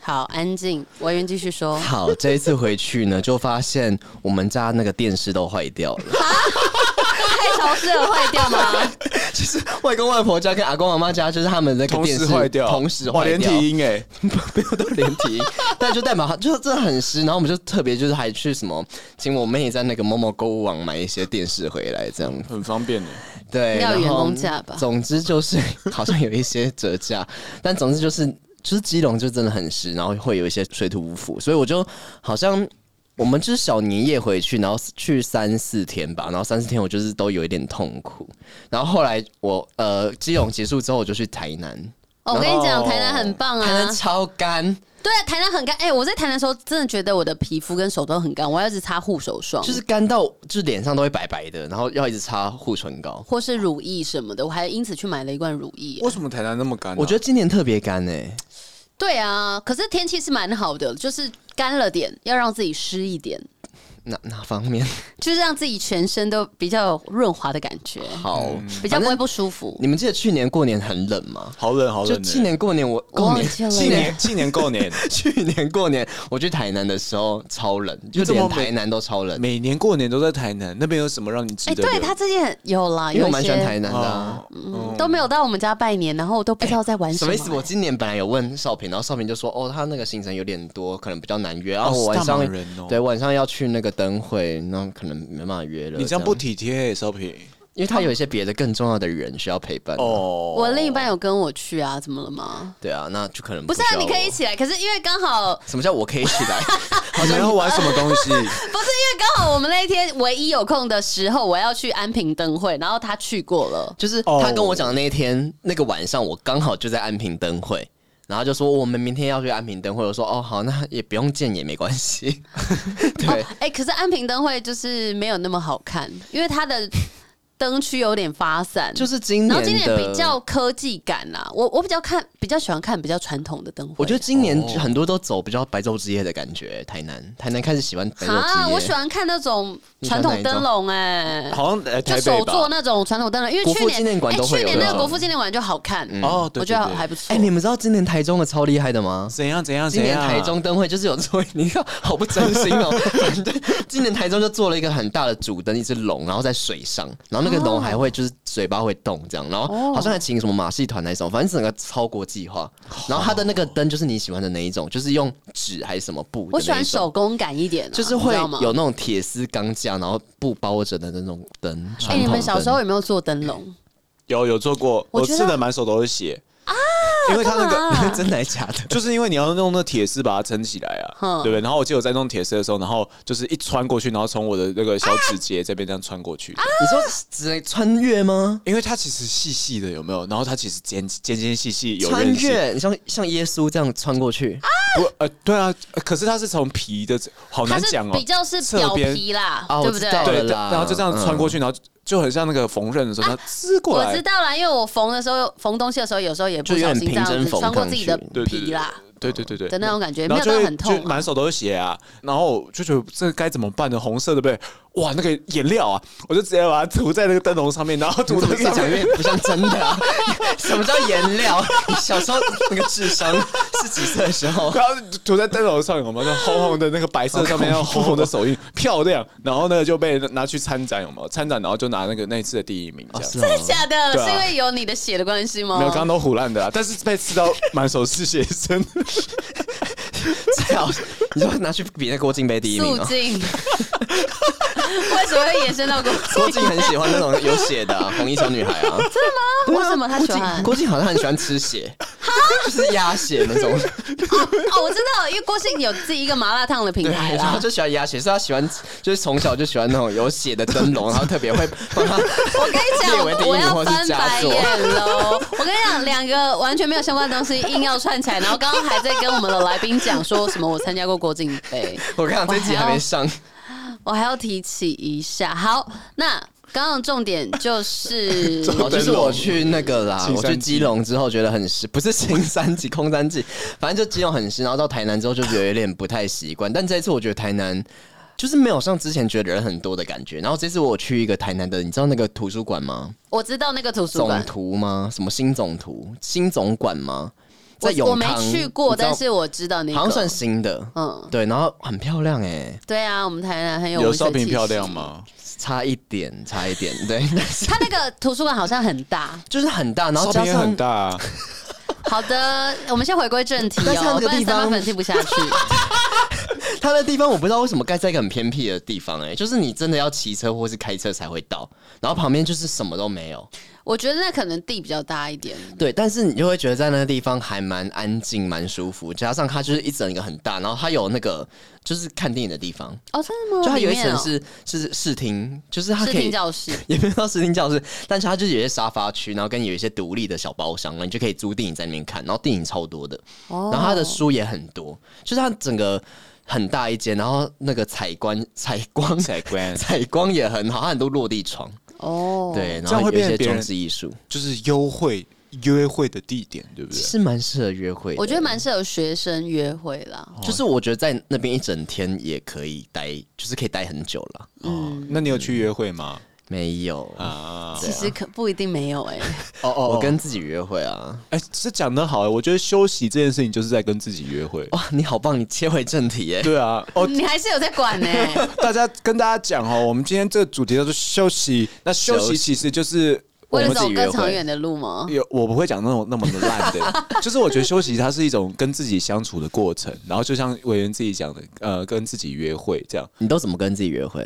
Speaker 4: 好，安静。文员继续说，
Speaker 3: 好，这一次回去呢，就发现我们家那个电视都坏掉了。 <laughs>
Speaker 4: 太潮湿了，坏掉吗？
Speaker 3: 就是外公外婆家跟阿公阿妈家，就是他们那个
Speaker 6: 同
Speaker 3: 电
Speaker 6: 时
Speaker 3: 视
Speaker 6: 坏掉，
Speaker 3: 同时
Speaker 6: 哇
Speaker 3: 坏
Speaker 6: 连
Speaker 3: 掉，
Speaker 6: 体
Speaker 3: <laughs>
Speaker 6: 音哎，
Speaker 3: 没有到连体婴，但就代表它就是真的很湿。然后我们就特别就是还去什么，请我妹在那个某某购物网买一些电视回来，这样
Speaker 6: 很方
Speaker 3: 欸
Speaker 6: 便的。
Speaker 3: 对，
Speaker 4: 要
Speaker 3: 然
Speaker 4: 员
Speaker 3: 后
Speaker 4: 工价吧
Speaker 3: 总之就是好像有一些折价，但总之就是就是基隆就真的很湿，然后会有一些水土不服，所以我就好像。我们就是小年夜回去，然后去三四天吧，然后三四天我就是都有一点痛苦。然后后来我呃基隆结束之后，我就去台南，
Speaker 4: <laughs> 哦我跟你讲，
Speaker 6: 哦
Speaker 4: 台南很棒
Speaker 3: 台
Speaker 4: 啊
Speaker 3: 南！超干，
Speaker 4: 对啊，台南很干。哎、我在台南的时候，真的觉得我的皮肤跟手都很干，我要一直擦护手霜，
Speaker 3: 就是干到就是脸上都会白白的，然后要一直擦护唇膏。
Speaker 4: 或是乳液什么的。我还因此去买了一罐乳液。
Speaker 6: 为什么台南那么干啊？
Speaker 3: 我觉得今年特别干哎、
Speaker 4: 对啊，可是天气是蛮好的，就是干了点，要让自己湿一点，
Speaker 3: 哪哪方
Speaker 6: <laughs>
Speaker 3: 面？
Speaker 4: 就是让自己全身都比较有润滑的感觉，
Speaker 3: 好，
Speaker 4: 比较不会不舒服。
Speaker 3: 嗯你们记得去年过年很冷吗？
Speaker 6: 好冷好
Speaker 3: 就
Speaker 6: 冷欸。
Speaker 3: 去年过年我过年 <laughs>
Speaker 4: 忘记了
Speaker 6: <laughs> 去年去年过年，
Speaker 3: 去年过年我去台南的时候超冷，就
Speaker 6: 这么
Speaker 3: 连
Speaker 6: 美
Speaker 3: 台南都超冷，
Speaker 6: 每年过年都在台南，那边有什么让你值
Speaker 4: 哎、
Speaker 6: 得留？
Speaker 4: 对他最近很有啦，
Speaker 3: 因为
Speaker 4: 有
Speaker 3: 我
Speaker 4: 一
Speaker 3: 蛮喜
Speaker 4: 些
Speaker 3: 欢台南的啊、
Speaker 6: 哦，嗯
Speaker 4: 都没有到我们家拜年，然后我都不知道在玩
Speaker 3: 哎什
Speaker 4: 什
Speaker 3: 么
Speaker 4: 么、
Speaker 3: 意思？我今年本来有问少平，然后少平就说：“哦，他那个行程有点多，可能比较难约。然后我晚
Speaker 6: 是大
Speaker 3: 上、
Speaker 6: 马人哦
Speaker 3: 对晚上要去那个灯会，那可能没办法约了。”
Speaker 6: 你这样不，体贴欸，烧平
Speaker 3: 因为他有一些别的更重要的人需要陪伴。哦，
Speaker 6: 哦。
Speaker 4: 我另一半有跟我去啊，怎么了吗？
Speaker 3: 对啊，那就可能
Speaker 4: 不是
Speaker 3: 需
Speaker 4: 啊，
Speaker 3: 要
Speaker 4: 你可以
Speaker 3: 我
Speaker 4: 一。起来，可是因为刚好
Speaker 3: 什么叫我可以一起来？
Speaker 4: <laughs>
Speaker 6: 你们要玩什么东
Speaker 4: 不是
Speaker 6: 西？
Speaker 4: 因为刚好我们那一天唯一有空的时候，我要去安平灯会，然后他去过了。
Speaker 3: 就是
Speaker 6: 哦
Speaker 3: 他跟我讲的那一天，那个晚上我刚好就在安平灯会，然后就说哦我们明天要去安平灯会，我说哦好，那也不用见也没关系。
Speaker 4: <laughs>
Speaker 3: 对
Speaker 4: 哦，哎、可是安平灯会就是没有那么好看，因为它的灯区有点发散，
Speaker 3: 就是今年
Speaker 4: 然
Speaker 3: 的
Speaker 4: 后今年比较科技感啦、我我比较看比较喜欢看比较传统的灯会。
Speaker 3: 我觉得今年很多都走比较白昼之夜的感觉，台南台南开始喜欢白昼之夜。
Speaker 4: 啊，我喜欢看那种传统灯笼哎、
Speaker 6: 好像呃
Speaker 4: 就
Speaker 6: 台
Speaker 4: 手
Speaker 6: 北
Speaker 4: 做
Speaker 6: 吧。
Speaker 4: 那种传统灯笼，因为
Speaker 3: 国
Speaker 4: 去
Speaker 3: 父
Speaker 4: 年
Speaker 3: 纪念馆
Speaker 4: 哎
Speaker 3: 都会
Speaker 4: 去
Speaker 3: 有
Speaker 4: 年那
Speaker 3: 那
Speaker 4: 个
Speaker 3: 种嗯
Speaker 4: 国父纪念馆就好看，
Speaker 6: 哦，对，
Speaker 4: 我觉得
Speaker 6: 对对
Speaker 4: 还不错。
Speaker 3: 哎、你们知道今年台中的超厉害的吗？
Speaker 6: 怎样
Speaker 4: 啊
Speaker 6: 怎样
Speaker 3: 今
Speaker 6: 怎
Speaker 3: 年
Speaker 6: 样？
Speaker 3: 台中灯会就是有做， <laughs> 你看好不真心
Speaker 4: <laughs>
Speaker 3: 哦。对，今年台中就做了一个很大的主灯，一只龙，然后在水上，然后那个龙还会就是嘴巴会动这样，然
Speaker 4: 哦
Speaker 3: 后好像还请什么马戏团那种，反正整个超国际化。
Speaker 4: 哦
Speaker 3: 然后它的那个灯就是你喜欢的那一种，就是用纸还是什么布的那
Speaker 4: 我
Speaker 3: 一种，
Speaker 4: 喜欢手工感一点啊、
Speaker 3: 就是
Speaker 4: 你
Speaker 3: 会
Speaker 4: 知道吗
Speaker 3: 有那种铁丝钢架，然后布包着的那种灯。
Speaker 4: 哎、
Speaker 3: 传
Speaker 4: 你
Speaker 3: 统
Speaker 4: 们小时候
Speaker 3: 灯
Speaker 4: 有
Speaker 3: <laughs>
Speaker 4: 没有做灯笼？
Speaker 6: 有有做过，
Speaker 4: 我
Speaker 6: 我
Speaker 4: 觉得
Speaker 6: 吃的满手都是血啊，因为他那个。
Speaker 4: 啊
Speaker 3: 真的还假的？
Speaker 6: 就是因为你要用那铁丝把它撑起来
Speaker 4: 嗯
Speaker 6: 啊，对不对？然后我记得我在弄铁丝的时候，然后就是一穿过去，然后从我的那个小指节这边这样穿过
Speaker 4: 啊
Speaker 6: 去，
Speaker 3: 你说只能穿越吗？
Speaker 6: 因为它其实细细的，有没有？然后它其实尖尖尖细细，有
Speaker 3: 穿
Speaker 6: 韧性。
Speaker 3: 越，你像像耶稣这样穿过去，
Speaker 6: 不，呃，对啊，呃可是它是从皮的，好
Speaker 4: 它
Speaker 6: 难
Speaker 4: 是
Speaker 6: 讲哦。
Speaker 4: 比较是
Speaker 6: 侧
Speaker 4: 表
Speaker 6: 边
Speaker 4: 皮啦，
Speaker 3: 啊
Speaker 4: 对
Speaker 3: 我
Speaker 4: 不
Speaker 3: 知
Speaker 4: 对？
Speaker 3: 道了
Speaker 6: 对
Speaker 3: 啦
Speaker 6: 然后就这样穿过去，然后就就很像那个缝纫的时
Speaker 4: 啊
Speaker 6: 候，它撕过
Speaker 4: 我
Speaker 6: 来。
Speaker 4: 知道啦，因为我缝的时候缝东西的时候，有时候也不
Speaker 3: 就有
Speaker 4: 小
Speaker 3: 点
Speaker 4: 心这样
Speaker 3: 平
Speaker 4: 子
Speaker 3: 针缝
Speaker 4: 穿过
Speaker 3: 上
Speaker 4: 自己
Speaker 3: 去
Speaker 4: 的
Speaker 6: 对对
Speaker 4: 皮啦
Speaker 6: 对对对对
Speaker 4: 的
Speaker 6: 对。
Speaker 4: 那种感觉，没有
Speaker 6: 然后就
Speaker 4: 到
Speaker 6: 会
Speaker 4: 很痛
Speaker 6: 就
Speaker 4: 啊、
Speaker 6: 满手都是血啊！然后我就觉得这该怎么办呢？红色的对不对？哇，那个颜料啊，我就直接把它涂在那个灯笼上面，然后涂
Speaker 3: 怎么
Speaker 6: 在
Speaker 3: 越
Speaker 6: 上
Speaker 4: <laughs>
Speaker 3: 讲
Speaker 6: 面。
Speaker 3: 越不像真的啊？ <laughs> 什么叫颜料？ <laughs> 你小时候那个智商是几岁的时候？
Speaker 6: 然后涂在灯笼上，有吗？那红红的那个白色
Speaker 4: <laughs>
Speaker 6: 上面，然后红红的手印，漂亮。然后那个就被拿去参展，有没有？参展，然后就拿那个那一次的第一名，这样。
Speaker 3: 是
Speaker 4: 真的
Speaker 3: 吗
Speaker 4: 假的？
Speaker 6: 对啊
Speaker 4: 是因为有你的血的关系吗？
Speaker 6: 没有，刚刚都胡乱的啊，但是被刺到满手是血，真
Speaker 4: <laughs>
Speaker 6: 的。
Speaker 3: 最好你就拿去比那郭靖杯第一名
Speaker 4: 肃
Speaker 3: 哦。
Speaker 4: 静， <laughs> 为什么会延伸到国
Speaker 3: 郭
Speaker 4: 际？
Speaker 3: 靖很喜欢那种有血的、啊、红衣小女孩啊。
Speaker 4: 为什么他喜欢？
Speaker 3: 郭靖好像很喜欢吃血， <laughs> 就是鸭血那 <laughs> 种。
Speaker 4: 哦，我知道，因为郭姓有自己一个麻辣烫的品
Speaker 3: 对，
Speaker 4: 牌
Speaker 3: 然后
Speaker 4: 啦。
Speaker 3: 就喜欢鸭血，所以他喜欢，就是从小就喜欢那种有血的灯笼，然后特别会帮他。
Speaker 4: 我跟你
Speaker 3: 列为第
Speaker 4: 讲，
Speaker 3: 一
Speaker 4: 我
Speaker 3: 名
Speaker 4: 要
Speaker 3: 或是
Speaker 4: 翻
Speaker 3: 佳
Speaker 4: 白
Speaker 3: 作。
Speaker 4: 眼喽！我跟你讲，两个完全没有相关的东西硬要串起来，然后刚刚还在跟我们的来宾讲说什么我参加过国境杯，
Speaker 3: 我跟你讲，这集还没上，
Speaker 4: 我还要提起一下。好，那刚刚的重点
Speaker 3: <laughs>
Speaker 4: 就是，
Speaker 3: 哦就是我去那个啦，
Speaker 6: 青
Speaker 3: 我
Speaker 6: 山
Speaker 3: 去基隆之后觉得很湿，不是青山季、空山季，反正就基隆很湿，然后到台南之后就有一点不太习惯。但这一次我觉得台南。就是没有像之前觉得人很多的感觉，然后这次我去一个台南的，你知道那个图书馆吗？
Speaker 4: 我知道那个图书
Speaker 3: 总
Speaker 4: 馆，
Speaker 3: 图吗？什么新总图、新总馆吗？在
Speaker 4: 我我
Speaker 3: 永
Speaker 4: 没
Speaker 3: 康，
Speaker 4: 去过，
Speaker 3: 你知道
Speaker 4: 但是我知道那个
Speaker 3: 好像算新的，
Speaker 4: 嗯
Speaker 3: 嗯，对，然后很漂亮哎、
Speaker 4: 对啊，我们台南很有
Speaker 6: 有
Speaker 4: 文学
Speaker 6: 烧饼
Speaker 4: 气
Speaker 6: 漂
Speaker 4: 息
Speaker 6: 亮？吗？
Speaker 3: 差一点，差一点，对， <laughs>
Speaker 4: 它那个图书馆好像很大。
Speaker 3: 就是很大，然后
Speaker 6: 烧
Speaker 3: 加
Speaker 6: 饼也
Speaker 3: 上
Speaker 6: 很大啊，
Speaker 4: 好的，我们先回归正题
Speaker 3: <laughs> 但是它
Speaker 4: 哦，不
Speaker 3: 那个
Speaker 4: 然
Speaker 3: 地方
Speaker 4: 三八粉听不下去。 <laughs>
Speaker 3: 它的地方我不知道为什么盖在一个很偏僻的地方、欸，哎，就是你真的要骑车或是开车才会到，然后旁边就是什么都没有，
Speaker 4: 我觉得那可能地比较大一点。
Speaker 3: 对，但是你就会觉得在那个地方还蛮安静、蛮舒服，加上它就是一整个很大，然后它有那个就是看电影的地方，
Speaker 4: 哦，真的吗？
Speaker 3: 就它有一
Speaker 4: 里面
Speaker 3: 层
Speaker 4: 哦
Speaker 3: 是、是视听，就是它
Speaker 4: 视
Speaker 3: 可以
Speaker 4: 听教室，
Speaker 3: <laughs> 也没有到视听教室，但是它就是有一些沙发区，然后跟有一些独立的小包厢，然后你就可以租电影在那边看，然后电影超多的，
Speaker 4: 哦
Speaker 3: 然后它的书也很多，就是它整个很大一间，然后那个采光 <laughs> 采光
Speaker 6: 采光
Speaker 3: 采光也很好，它很多落地窗，
Speaker 4: 哦，
Speaker 3: 对，然
Speaker 6: 这样
Speaker 3: 后有
Speaker 6: 会
Speaker 3: 一
Speaker 6: 变
Speaker 3: 些
Speaker 6: 成别人
Speaker 3: 装置艺术，
Speaker 6: <laughs> 就是优惠约会的地点，对不
Speaker 3: 其
Speaker 6: 对？
Speaker 3: 实蛮适合约会的，
Speaker 4: 我觉得蛮适合学生约会啦。
Speaker 3: 就是我觉得在那边一整天也可以待，就是可以待很久了，
Speaker 6: 哦，那你有去约会吗？
Speaker 3: 没有。
Speaker 6: 啊，
Speaker 4: 其实可不一定没有哎、
Speaker 3: 哦哦，我跟自己约会啊！
Speaker 6: 哎，这讲的好，我觉得休息这件事情就是在跟自己约会。
Speaker 3: 哇，你好棒，你切回正题
Speaker 6: <laughs>
Speaker 3: 耶！
Speaker 6: 对啊，哦，
Speaker 4: <laughs> 你还是有在管哎呢、
Speaker 6: 大家跟大家讲哦，我们今天这个主题叫做休息。那休
Speaker 3: 休
Speaker 6: 息
Speaker 3: 息
Speaker 6: 其实就是我
Speaker 4: 为
Speaker 6: 们
Speaker 4: 了
Speaker 6: 自己
Speaker 4: 走
Speaker 6: 约
Speaker 4: 更长
Speaker 6: 会。
Speaker 4: 远的路吗？
Speaker 6: 有我不会讲那种那么的烂 <laughs> 的，就是我觉得休息它是一种跟自己相处的过程，然后就像委员自己讲的，呃，跟自己约会这样。
Speaker 3: 你都怎么跟自己约会？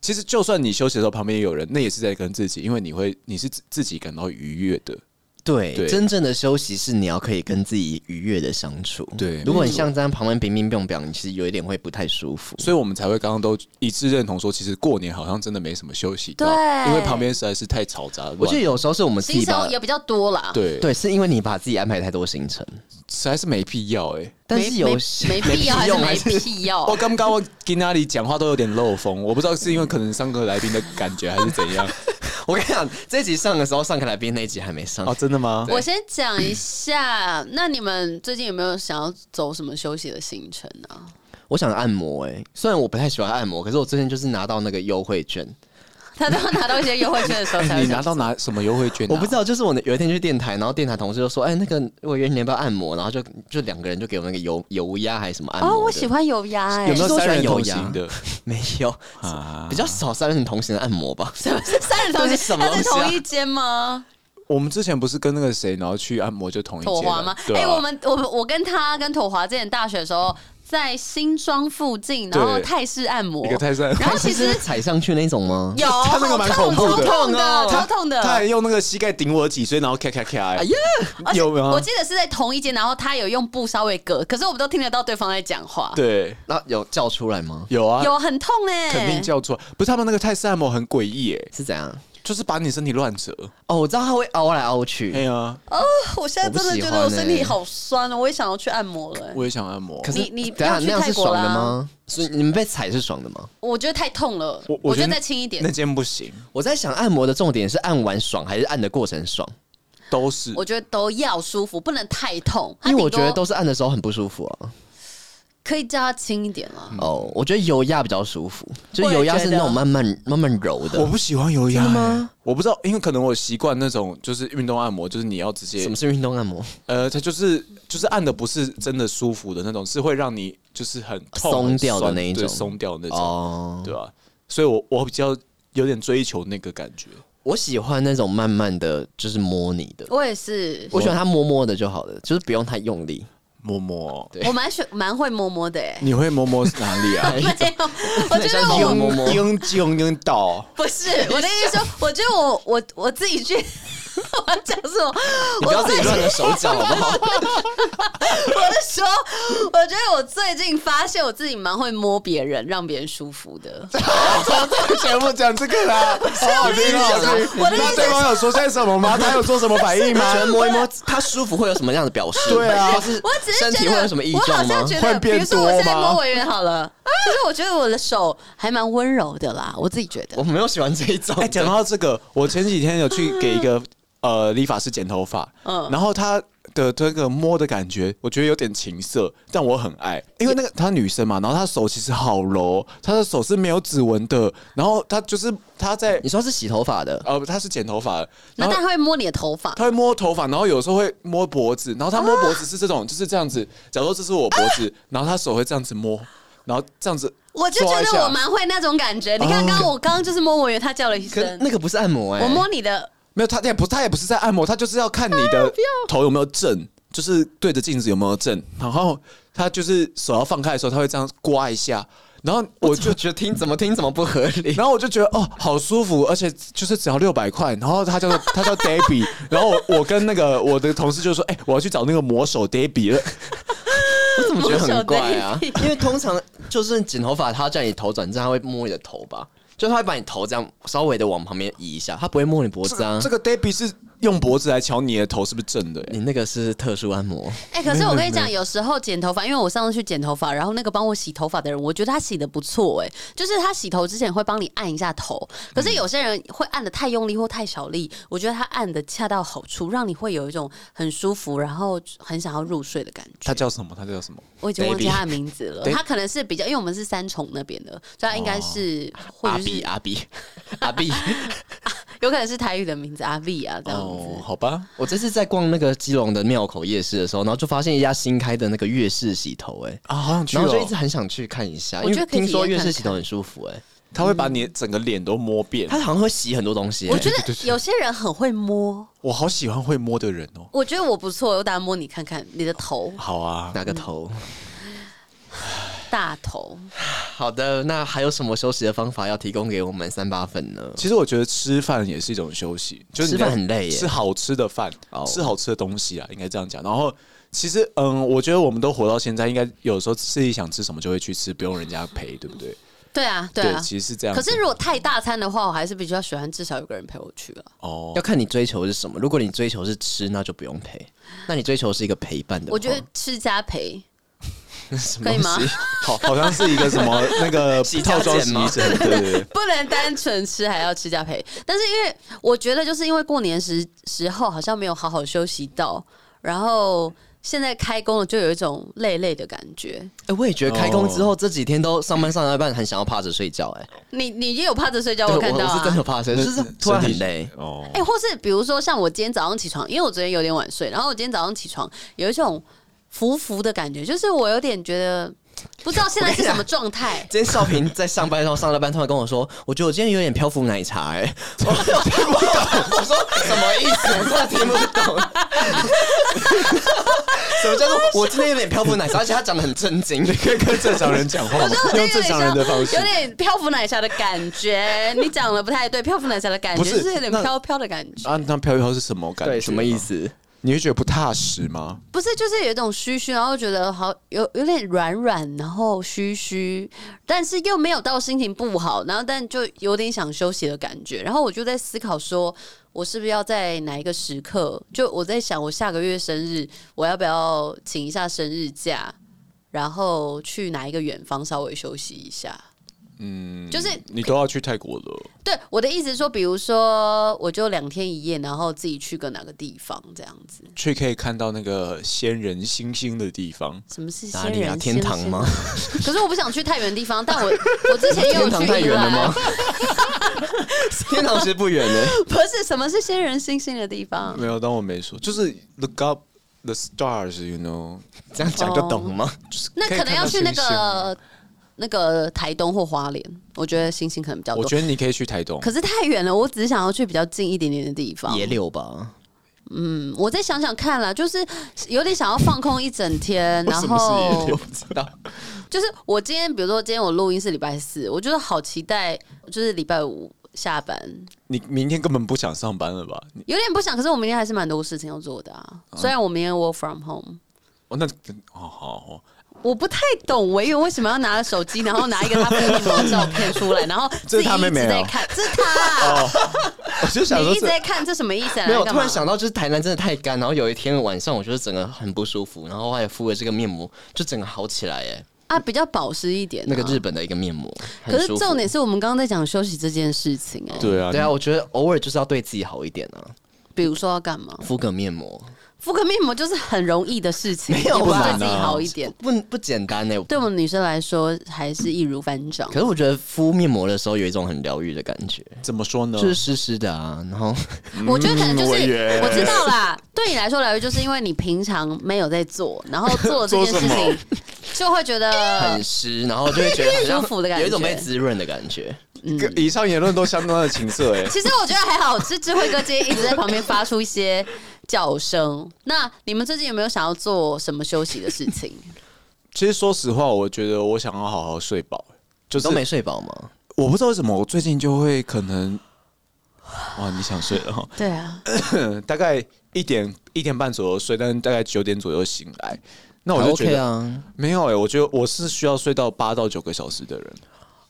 Speaker 6: 其实就算你休息的时候旁边也有人，那也是在跟自己，因为你会你是自自己感到愉悦的。
Speaker 3: 对，
Speaker 6: 对
Speaker 3: 真正的休息是你要可以跟自己愉悦的相处。
Speaker 6: 对
Speaker 3: 如果你像这样旁边冰冰冰冰，你其实有一点会不太舒服。
Speaker 6: 所以我们才会刚刚都一致认同说，其实过年好像真的没什么休息到，
Speaker 4: 对
Speaker 6: 因为旁边实在是太嘈杂了。
Speaker 3: 我觉得有时候是我们自
Speaker 4: 新
Speaker 3: 己把
Speaker 4: 手也比较多啦。
Speaker 6: 对
Speaker 3: 对，是因为你把自己安排太多行程，
Speaker 6: 实在是没必要哎、
Speaker 3: 但
Speaker 4: 没
Speaker 3: 是有
Speaker 4: 没没必要还是
Speaker 3: 用
Speaker 4: 没必
Speaker 6: <laughs>
Speaker 4: 要？
Speaker 6: 我刚刚我跟那里讲话都有点漏风，我不知道是因为可能上课来宾的感觉还是怎
Speaker 4: <laughs>
Speaker 6: 样
Speaker 3: <laughs> 我跟你讲，这集上的时候上课来宾那一集还没上，
Speaker 6: 哦，真的吗？
Speaker 4: 我先讲一下，那你们最近有没有想要走什么休息的行程
Speaker 6: <laughs>
Speaker 4: 啊？
Speaker 3: 我想按摩哎、虽然我不太喜欢按摩，可是我最近就是拿到那个优惠券，
Speaker 4: 他都要拿到一些优惠券的时候才
Speaker 6: 哎
Speaker 4: 会
Speaker 6: 你拿
Speaker 4: 想。
Speaker 6: 到拿什么优惠券、啊
Speaker 3: 我不知，道，就是我有一天去电台，然后电台同事就说：“哎、那个我约你要不要按摩？”然后就就两个人就给我那个油油压还是什么按摩的。
Speaker 4: 哦，我喜欢油压哎、
Speaker 6: 有没
Speaker 3: 其实
Speaker 6: 有
Speaker 3: 我喜
Speaker 6: 三
Speaker 3: 欢
Speaker 6: 人
Speaker 3: 有
Speaker 6: 同
Speaker 3: 牙
Speaker 4: <laughs>
Speaker 6: 行的
Speaker 3: <laughs> 没有，
Speaker 6: 啊
Speaker 3: 比？较少三人同行的按摩吧。
Speaker 4: <laughs> 三人同行，
Speaker 3: 这是什么
Speaker 4: 他在
Speaker 3: 东西啊
Speaker 4: 同一间吗？
Speaker 6: 我们之前不是跟那个谁，然后去按摩就同一间
Speaker 4: 妥华
Speaker 6: 了
Speaker 4: 吗？
Speaker 6: 对
Speaker 4: 哎、
Speaker 6: 啊
Speaker 4: 我们我我跟他跟妥华之前大学的时候，在新庄附近，然后
Speaker 6: 对
Speaker 4: 泰式按摩
Speaker 6: 一，个泰山，
Speaker 4: 然后其
Speaker 3: 是
Speaker 4: 实
Speaker 3: 踩上去那种吗？
Speaker 4: 有
Speaker 6: <laughs> 他那个蛮恐怖的
Speaker 4: 好
Speaker 6: 啊
Speaker 4: 痛的，
Speaker 3: 痛哦
Speaker 4: 超痛
Speaker 6: 他还
Speaker 4: 的。
Speaker 6: 用那个膝盖顶我脊椎，然后咔咔咔，哎
Speaker 3: 呀，
Speaker 6: 有没
Speaker 4: 我
Speaker 6: 有
Speaker 4: 记？得是在同一间，然后他有用布稍微隔，可是我们都听得到对方在讲话，
Speaker 6: 对，
Speaker 3: 那有叫出来吗？
Speaker 6: 有啊，
Speaker 4: 有很痛哎、
Speaker 6: 肯定叫错。不是他们那个泰式按摩很诡异，哎，
Speaker 3: 是怎样？
Speaker 6: 就是把你身体乱折。
Speaker 3: 哦，我知道他会凹来凹
Speaker 6: 哎
Speaker 3: 去，
Speaker 6: 呀，
Speaker 4: <laughs> 我现在真的觉得我身体好酸哦，我也想要去按摩了、哎
Speaker 6: 我也想按摩。
Speaker 3: 可是
Speaker 4: 你你
Speaker 3: 等一下
Speaker 4: 要去
Speaker 3: 那样是
Speaker 4: 泰国
Speaker 3: 爽
Speaker 4: 啦
Speaker 3: 的吗？所以你们被踩是爽的吗？
Speaker 4: 我觉得太痛了，
Speaker 6: 我
Speaker 4: 我
Speaker 6: 我
Speaker 4: 觉
Speaker 6: 觉
Speaker 4: 得
Speaker 6: 得
Speaker 4: 再轻一点
Speaker 6: 那。间不行，
Speaker 3: 我在想按摩的重点是按完爽还是按的过程爽？
Speaker 6: 都是
Speaker 4: 我觉得都要舒服，不能太痛。它
Speaker 3: 因为
Speaker 4: 顶
Speaker 3: 我觉得
Speaker 4: 多
Speaker 3: 都是按的时候很不舒服啊。
Speaker 4: 可以叫他轻一点啦。
Speaker 3: 哦，我觉得油压比较舒服，
Speaker 4: 嗯
Speaker 3: 就
Speaker 4: 我
Speaker 3: 是
Speaker 4: 也
Speaker 3: 油压是
Speaker 4: 觉得
Speaker 3: 那种慢慢慢慢揉
Speaker 6: 我
Speaker 3: 的。
Speaker 6: 不喜欢油压、吗？我不知道，因为可能我习惯那种就是运动按摩，就是你要直接
Speaker 3: 什么，是运动按摩？
Speaker 6: 呃，它就是就是按的不是真的舒服的那种，是会让你就是很痛
Speaker 3: 松掉的
Speaker 6: 很酸
Speaker 3: 那一种
Speaker 6: 对松掉的那种，
Speaker 3: 哦，
Speaker 6: 对吧、所以我我比较有点追求那个感觉。
Speaker 3: 我喜欢那种慢慢的就是摸你的，
Speaker 4: 我也是，
Speaker 3: 我喜欢它摸摸的就好了，就是不用太用力。
Speaker 6: 摸摸，
Speaker 3: 对
Speaker 4: 我蛮喜蛮会摸摸的
Speaker 6: <laughs>
Speaker 4: 哎、
Speaker 6: 你会摸摸哪里
Speaker 3: <laughs>
Speaker 6: 啊？
Speaker 4: 没有，我觉得
Speaker 3: 那你
Speaker 4: 我
Speaker 3: <laughs> 像摸摸
Speaker 6: 英英英到，
Speaker 4: 不是我的意思说，我觉得我我我自己去， <laughs> 我要讲什么？
Speaker 3: 你不要
Speaker 4: 我
Speaker 3: 自己
Speaker 4: 最
Speaker 3: 乱了手脚好不好？
Speaker 4: 我是说，我觉得我最近发现我自己蛮会摸别人，让别人舒服的。
Speaker 6: <laughs> 节目讲这个
Speaker 3: <laughs>
Speaker 6: 啦，好好听，好好听。
Speaker 4: 我的意思
Speaker 6: 那对方有说些什么吗？他有做什么反
Speaker 3: <laughs>
Speaker 6: 应吗
Speaker 3: 觉？得摸一摸它舒服会有什么样的表示？
Speaker 6: 对啊
Speaker 3: 或是
Speaker 4: 我只是
Speaker 3: 身
Speaker 4: 觉
Speaker 3: 体
Speaker 4: 得
Speaker 3: 会有什么异
Speaker 4: 我好
Speaker 3: 状
Speaker 4: 像
Speaker 3: 吗？
Speaker 4: 觉
Speaker 6: 会
Speaker 4: 得，
Speaker 6: 变
Speaker 4: 比如说我
Speaker 6: 多
Speaker 4: 现在
Speaker 6: 吗
Speaker 4: 摸委员好
Speaker 3: <laughs>
Speaker 4: 了，就是我觉得我的手还蛮温柔的啦，我自己觉得
Speaker 3: 我。没有喜欢这 <laughs> 一种
Speaker 6: 哎，。讲到这个，我前几天有去给一个呃理发师剪头发，
Speaker 4: 嗯
Speaker 6: 然后他的这个摸的感觉，我觉得有点情色，但我很爱，因为那个她女生嘛，然后她手其实好柔，她的手是没有指纹的，然后她就是她在
Speaker 3: 你说是洗头发的，
Speaker 4: 哦
Speaker 6: 呃她是剪头发的，
Speaker 4: 那
Speaker 6: 然后
Speaker 4: 但他会摸你的头发，
Speaker 6: 他会摸头发，然后有时候会摸脖子，然后他摸脖子是这种，就是这样子。假如说这是我脖子，然后他手会这样子摸，然后这样子
Speaker 4: 我就
Speaker 6: 抓
Speaker 4: 觉
Speaker 6: 一
Speaker 4: 得
Speaker 6: 下
Speaker 4: 我蛮会那种感觉。你看，刚刚我刚刚就是摸委员，他叫了一
Speaker 3: 嗯可
Speaker 4: 声，
Speaker 3: 那个不是按摩哎、
Speaker 4: 我摸你的，
Speaker 6: 没有，他也不，他也不是在按摩，他就是要看你
Speaker 4: 哎
Speaker 6: 的头有没有正，就是对着镜子有没有正。然后他就是手要放开的时候，他会这样刮一下，然后我
Speaker 3: 我
Speaker 6: 就
Speaker 3: 就觉得听怎么听怎么不合
Speaker 4: <laughs>
Speaker 3: 理。
Speaker 6: 然后我就觉得哦，好舒服，而且就是只要六百块。然后他叫做他叫 Debbie，然后我我跟那个我的同事就说，哎、我要去找那个魔手 Debbie 了。
Speaker 3: 我怎么觉得
Speaker 4: 摸手
Speaker 3: 很怪啊
Speaker 4: 对？
Speaker 3: 因为通常就是剪头发，他叫你头转正，他会摸你的头吧，就他会把你头这样稍微的往旁边移一下，他不会摸你脖
Speaker 6: 这
Speaker 3: 子
Speaker 6: 个
Speaker 3: 啊。
Speaker 6: 这个 Debbie 是用脖子来瞧你的头是不是正的、欸？
Speaker 3: 你那个是特殊按摩，
Speaker 4: 哎，可是我跟你讲，有时候剪头发，因为我上次去剪头发，然后那个帮我洗头发的人，我觉得他洗的不错，哎，就是他洗头之前会帮你按一下头，可是有些人会按的太用力或太小力，我觉得他按的恰到好处，让你会有一种很舒服，然后很想要入睡的感觉
Speaker 6: 他。叫什么？他叫什么？
Speaker 4: 我已经忘记
Speaker 3: Baby
Speaker 4: 他的名字了，
Speaker 3: 对
Speaker 4: 他可能是比较，因为我们是三重那边的，所以他应该是、或
Speaker 3: 阿
Speaker 4: 者
Speaker 3: 比
Speaker 4: 是
Speaker 3: 阿比阿比。 <laughs>
Speaker 4: 有可能是台语的名字阿 V 啊这样子。
Speaker 6: 哦，好吧，
Speaker 3: 我这次在逛那个基隆的庙口夜市的时候，然后就发现一家新开的那个粤式洗头、哎。
Speaker 6: 啊，好想去
Speaker 3: 然后就一
Speaker 6: 哦
Speaker 3: 直。很想去看一下，
Speaker 4: 我
Speaker 3: 因
Speaker 4: 觉得
Speaker 3: 为
Speaker 4: 可以
Speaker 3: 听说
Speaker 4: 体验
Speaker 3: 粤
Speaker 4: 看
Speaker 3: 式洗头很舒服哎、
Speaker 6: 他会把你整个脸都摸遍
Speaker 3: 它，好像会洗很多东西、哎
Speaker 4: 我觉得有些人很会摸，
Speaker 6: 我好喜欢会摸的人哦。
Speaker 4: 我觉得我不错，我打算摸你看看你的头，
Speaker 6: 好啊，
Speaker 3: 哪个头？
Speaker 4: 大头。
Speaker 3: 好的，那还有什么休息的方法要提供给我们三八粉呢？
Speaker 6: 其实我觉得吃饭也是一种休息，就是
Speaker 3: 吃
Speaker 6: 你
Speaker 3: 饭
Speaker 6: 要
Speaker 3: 很累耶
Speaker 6: 吃好吃的饭
Speaker 3: 哦，
Speaker 6: 吃好吃的东西啊，应该这样讲。然后其实，嗯，我觉得我们都活到现在，应该有时候自己想吃什么就会去吃，不用人家陪，对不 <laughs> 对？
Speaker 4: 对啊，对啊。
Speaker 6: 其实是这样
Speaker 4: 可
Speaker 6: 子。
Speaker 4: 是如果太大餐的话，我还是比较喜欢至少有个人陪我去了。啊
Speaker 6: 哦
Speaker 3: 要，看你追求是什么。如果你追求是吃，那就不用陪；那你追求是一个陪伴的话，
Speaker 4: 我觉得吃加陪
Speaker 3: 什么
Speaker 4: 可以吗
Speaker 3: 东？西
Speaker 6: 好，好像是一个什么那个
Speaker 3: 洗家
Speaker 6: 套装
Speaker 3: 剪
Speaker 6: 洗
Speaker 3: 吗
Speaker 6: 衣针，对对 <laughs> 对。
Speaker 4: <laughs> 不能单纯吃，还要吃加陪。但是因为我觉得，就是因为过年时时候好像没有好好休息到，然后现在开工了，就有一种累累的感觉。
Speaker 3: 哎、我也觉得开工之后、这几天都上班上到一半，很想要趴着睡觉、哎，
Speaker 4: 你你也有趴着睡觉，
Speaker 3: 对
Speaker 4: 我看到、啊、
Speaker 3: 我是真的有趴着，就是突然
Speaker 6: 身
Speaker 3: 很
Speaker 6: 体
Speaker 3: 累。。
Speaker 6: 哦
Speaker 4: 哎、或是比如说像我今天早上起床，因为我昨天有点晚睡，然后我今天早上起床有一种浮浮的感觉，就是我有点觉得不知道现在是什么状态
Speaker 3: 今天少平在上班，然后上到班，突然跟我说：“我觉得我今天有点漂浮奶茶、哎，我听不懂。我说：“什么意思？”我真的听不懂。 <laughs> 什么叫做我今天有点漂浮奶茶？而且他讲的很震 <laughs> 惊。
Speaker 6: 可以跟正常人讲话吗？
Speaker 4: <laughs> 我觉得
Speaker 6: 用
Speaker 4: 有
Speaker 6: 正
Speaker 4: 点
Speaker 6: 常人的方式
Speaker 4: 有。点漂浮奶茶的感觉。你讲的不太对，漂浮奶茶的感觉
Speaker 6: 不是
Speaker 4: 就是有点
Speaker 6: 那
Speaker 4: 飘飘的感觉，
Speaker 6: 啊，那飘飘是什么感觉？
Speaker 3: 对，什么意？思？
Speaker 6: 你会觉得不踏实吗？
Speaker 4: 不是就是有一种虚虚，然后觉得好有有点软软，然后虚虚，但是又没有到心情不好，然后但就有点想休息的感觉。然后我就在思考说，我是不是要在哪一个时刻？就我在想，我下个月生日，我要不要请一下生日假，然后去哪一个远方稍微休息一下？
Speaker 6: 嗯，
Speaker 4: 就是
Speaker 6: 你都要去泰国了，
Speaker 4: 对我的意思是说，比如说我就两天一夜，然后自己去个哪个地方这样子。
Speaker 6: 去可以看到那个仙人星星的地方。
Speaker 4: 什么是仙
Speaker 3: 哪里
Speaker 4: 人、
Speaker 3: 啊？天堂吗？？
Speaker 4: 可是我不想去太远的地方，但我我之前也有
Speaker 3: 天堂太
Speaker 4: 去啊宜
Speaker 3: 远了
Speaker 4: 兰。
Speaker 3: 吗？哎 <laughs> 天堂其实不远的、
Speaker 4: 不是，什么是仙人星星的地方？
Speaker 6: 没有，当我没说，就是 look up the stars，you know，
Speaker 3: 这样讲就懂了吗？
Speaker 6: 就是
Speaker 4: 那可
Speaker 6: 以
Speaker 4: 能
Speaker 6: 看
Speaker 4: 要
Speaker 6: 到
Speaker 4: 去那
Speaker 6: 星星
Speaker 4: 个那个台东或花莲，我觉得星星可能比较
Speaker 6: 我
Speaker 4: 多。
Speaker 6: 觉得你可以去台东，
Speaker 4: 可是太远了，我只是想要去比较近一点点的地方。
Speaker 3: 野柳吧，
Speaker 4: 嗯，我再想想看啦，就是有点想要放空一整天，然后
Speaker 6: 不知道。
Speaker 4: <laughs> 就是我今天，比如说今天我录音是礼拜四，我觉得好期待，就是礼拜五下班，
Speaker 6: 你明天根本不想上班了吧？你
Speaker 4: 有点不想，可是我明天还是蛮多事情要做的啊。虽然我明天 work from home，
Speaker 6: 哦，那哦好哦，
Speaker 4: 我不太懂维园为什么要拿着手机，然后拿一个他父亲的照片出来，然后自
Speaker 6: 这是
Speaker 4: 己
Speaker 6: 他妹
Speaker 4: 一直
Speaker 6: 妹哦
Speaker 4: 在看，这
Speaker 3: <laughs>
Speaker 4: 是他
Speaker 3: 哦
Speaker 4: 啊，
Speaker 6: 我就想
Speaker 4: 你
Speaker 6: 说
Speaker 4: 一直在
Speaker 6: 这
Speaker 4: 看，这什么意思啊？
Speaker 3: <laughs> 没有，
Speaker 4: 来干
Speaker 3: 突
Speaker 4: 嘛
Speaker 3: 然想到就是台南真的太干，然后有一天晚上我就是整个很不舒服，然后我还敷了这个面膜，就整个好起来哎、
Speaker 4: 啊，比较保湿一点啊，
Speaker 3: 那个日本的一个面膜，很
Speaker 4: 可是
Speaker 3: 舒服
Speaker 4: 重点是我们刚刚在讲休息这件事情、哎，
Speaker 6: 对啊，
Speaker 3: 对啊，我觉得偶尔就是要对自己好一点啊，
Speaker 4: 比如说要干嘛？
Speaker 3: 敷个面膜
Speaker 4: 敷个面膜就是很容易的事情，
Speaker 3: 没有啊
Speaker 4: 也不是对
Speaker 3: 吧
Speaker 4: 自己好一点。
Speaker 3: 不不简单哎、
Speaker 4: 对我们女生来说，还是易如反掌
Speaker 3: 可。是我觉得敷面膜的时候有一种很疗愈的感觉，
Speaker 6: 怎么说呢？
Speaker 3: 就是湿湿的啊，然后
Speaker 4: 我觉得可能就
Speaker 6: 我
Speaker 4: 是
Speaker 6: 也
Speaker 4: 我知道啦，对你来说来说，就是因为你平常没有在做，然后做了这件事
Speaker 3: <laughs>
Speaker 6: 做什
Speaker 4: 情，就会觉得
Speaker 3: 很湿，然后就会觉 <laughs> 得好像
Speaker 4: 舒服的感觉。
Speaker 3: 有一种被滋润的感觉。
Speaker 6: 跟以上言论都相当的情色哎
Speaker 4: 其实我觉得还好，是智慧哥今天一直在旁边发出一些叫声。那你们最近有没有想要做什么休息的事情？
Speaker 6: 其实说实话，我觉得我想要好好睡饱，哎就是
Speaker 3: 都没睡饱吗？
Speaker 6: 我不知道为什么我最近就会可 <sighs> 能，哇，你想睡了哦哈，
Speaker 4: <laughs> 对啊，
Speaker 6: 嗯 <laughs> 大概一点一点半左右睡，但是大概九点左右醒来，那我
Speaker 3: 还
Speaker 6: 就觉
Speaker 3: OK
Speaker 6: 得、
Speaker 3: 啊。
Speaker 6: 没有哎、我觉得我是需要睡到八到九个小时的人。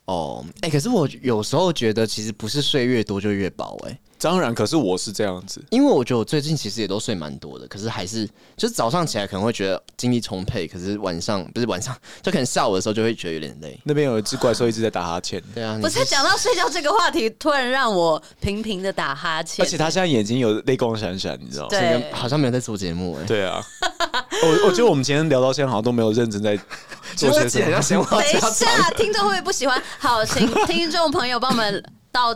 Speaker 3: 哦，哎、可是我有时候觉得其实不是睡越多就越饱哎、
Speaker 6: 当然，可是我是这样子，
Speaker 3: 因为我觉得我最近其实也都睡蛮多的，可是还是就是早上起来可能会觉得精力充沛，可是晚上不是晚上，就可能下午的时候就会觉得有点累。
Speaker 6: 那边有一只怪兽一直在打哈欠，
Speaker 3: 对啊，你
Speaker 4: 不是讲到睡觉这个话题，突然让我频频的打哈欠。
Speaker 6: <laughs> 而且他现在眼睛有泪光闪闪，你知道吗？
Speaker 4: 对
Speaker 3: 整个好像没有在做节目哎、
Speaker 6: 对啊，我我觉得我们今天聊到现在好像都没有认真 <laughs> 在做些什么。
Speaker 3: 闲话
Speaker 4: 等一下，听众会不会不喜欢？好，请听众朋友帮我们到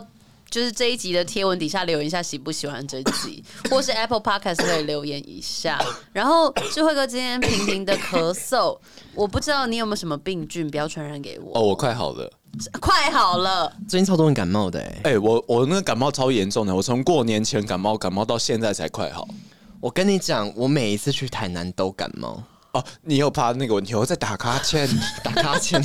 Speaker 4: 就是这一集的贴文底下留言一下喜不喜欢这一
Speaker 6: <laughs>
Speaker 4: 集，或是 Apple Podcast 可以留言一下。然后智慧哥今天频频的咳嗽，我不知道你有没有什么病菌，不要传染给我。
Speaker 6: <laughs> 哦，我快好了。
Speaker 4: 快好了，
Speaker 3: 最近超多人感冒的哎、
Speaker 6: 哎、我我那个感冒超严重的，我从过年前感冒，感冒到现在才快好。
Speaker 3: 我跟你讲，我每一次去台南都感冒，
Speaker 6: 哦，你有怕那个问题？我在打哈
Speaker 4: <laughs>
Speaker 6: 欠，
Speaker 3: 打哈欠。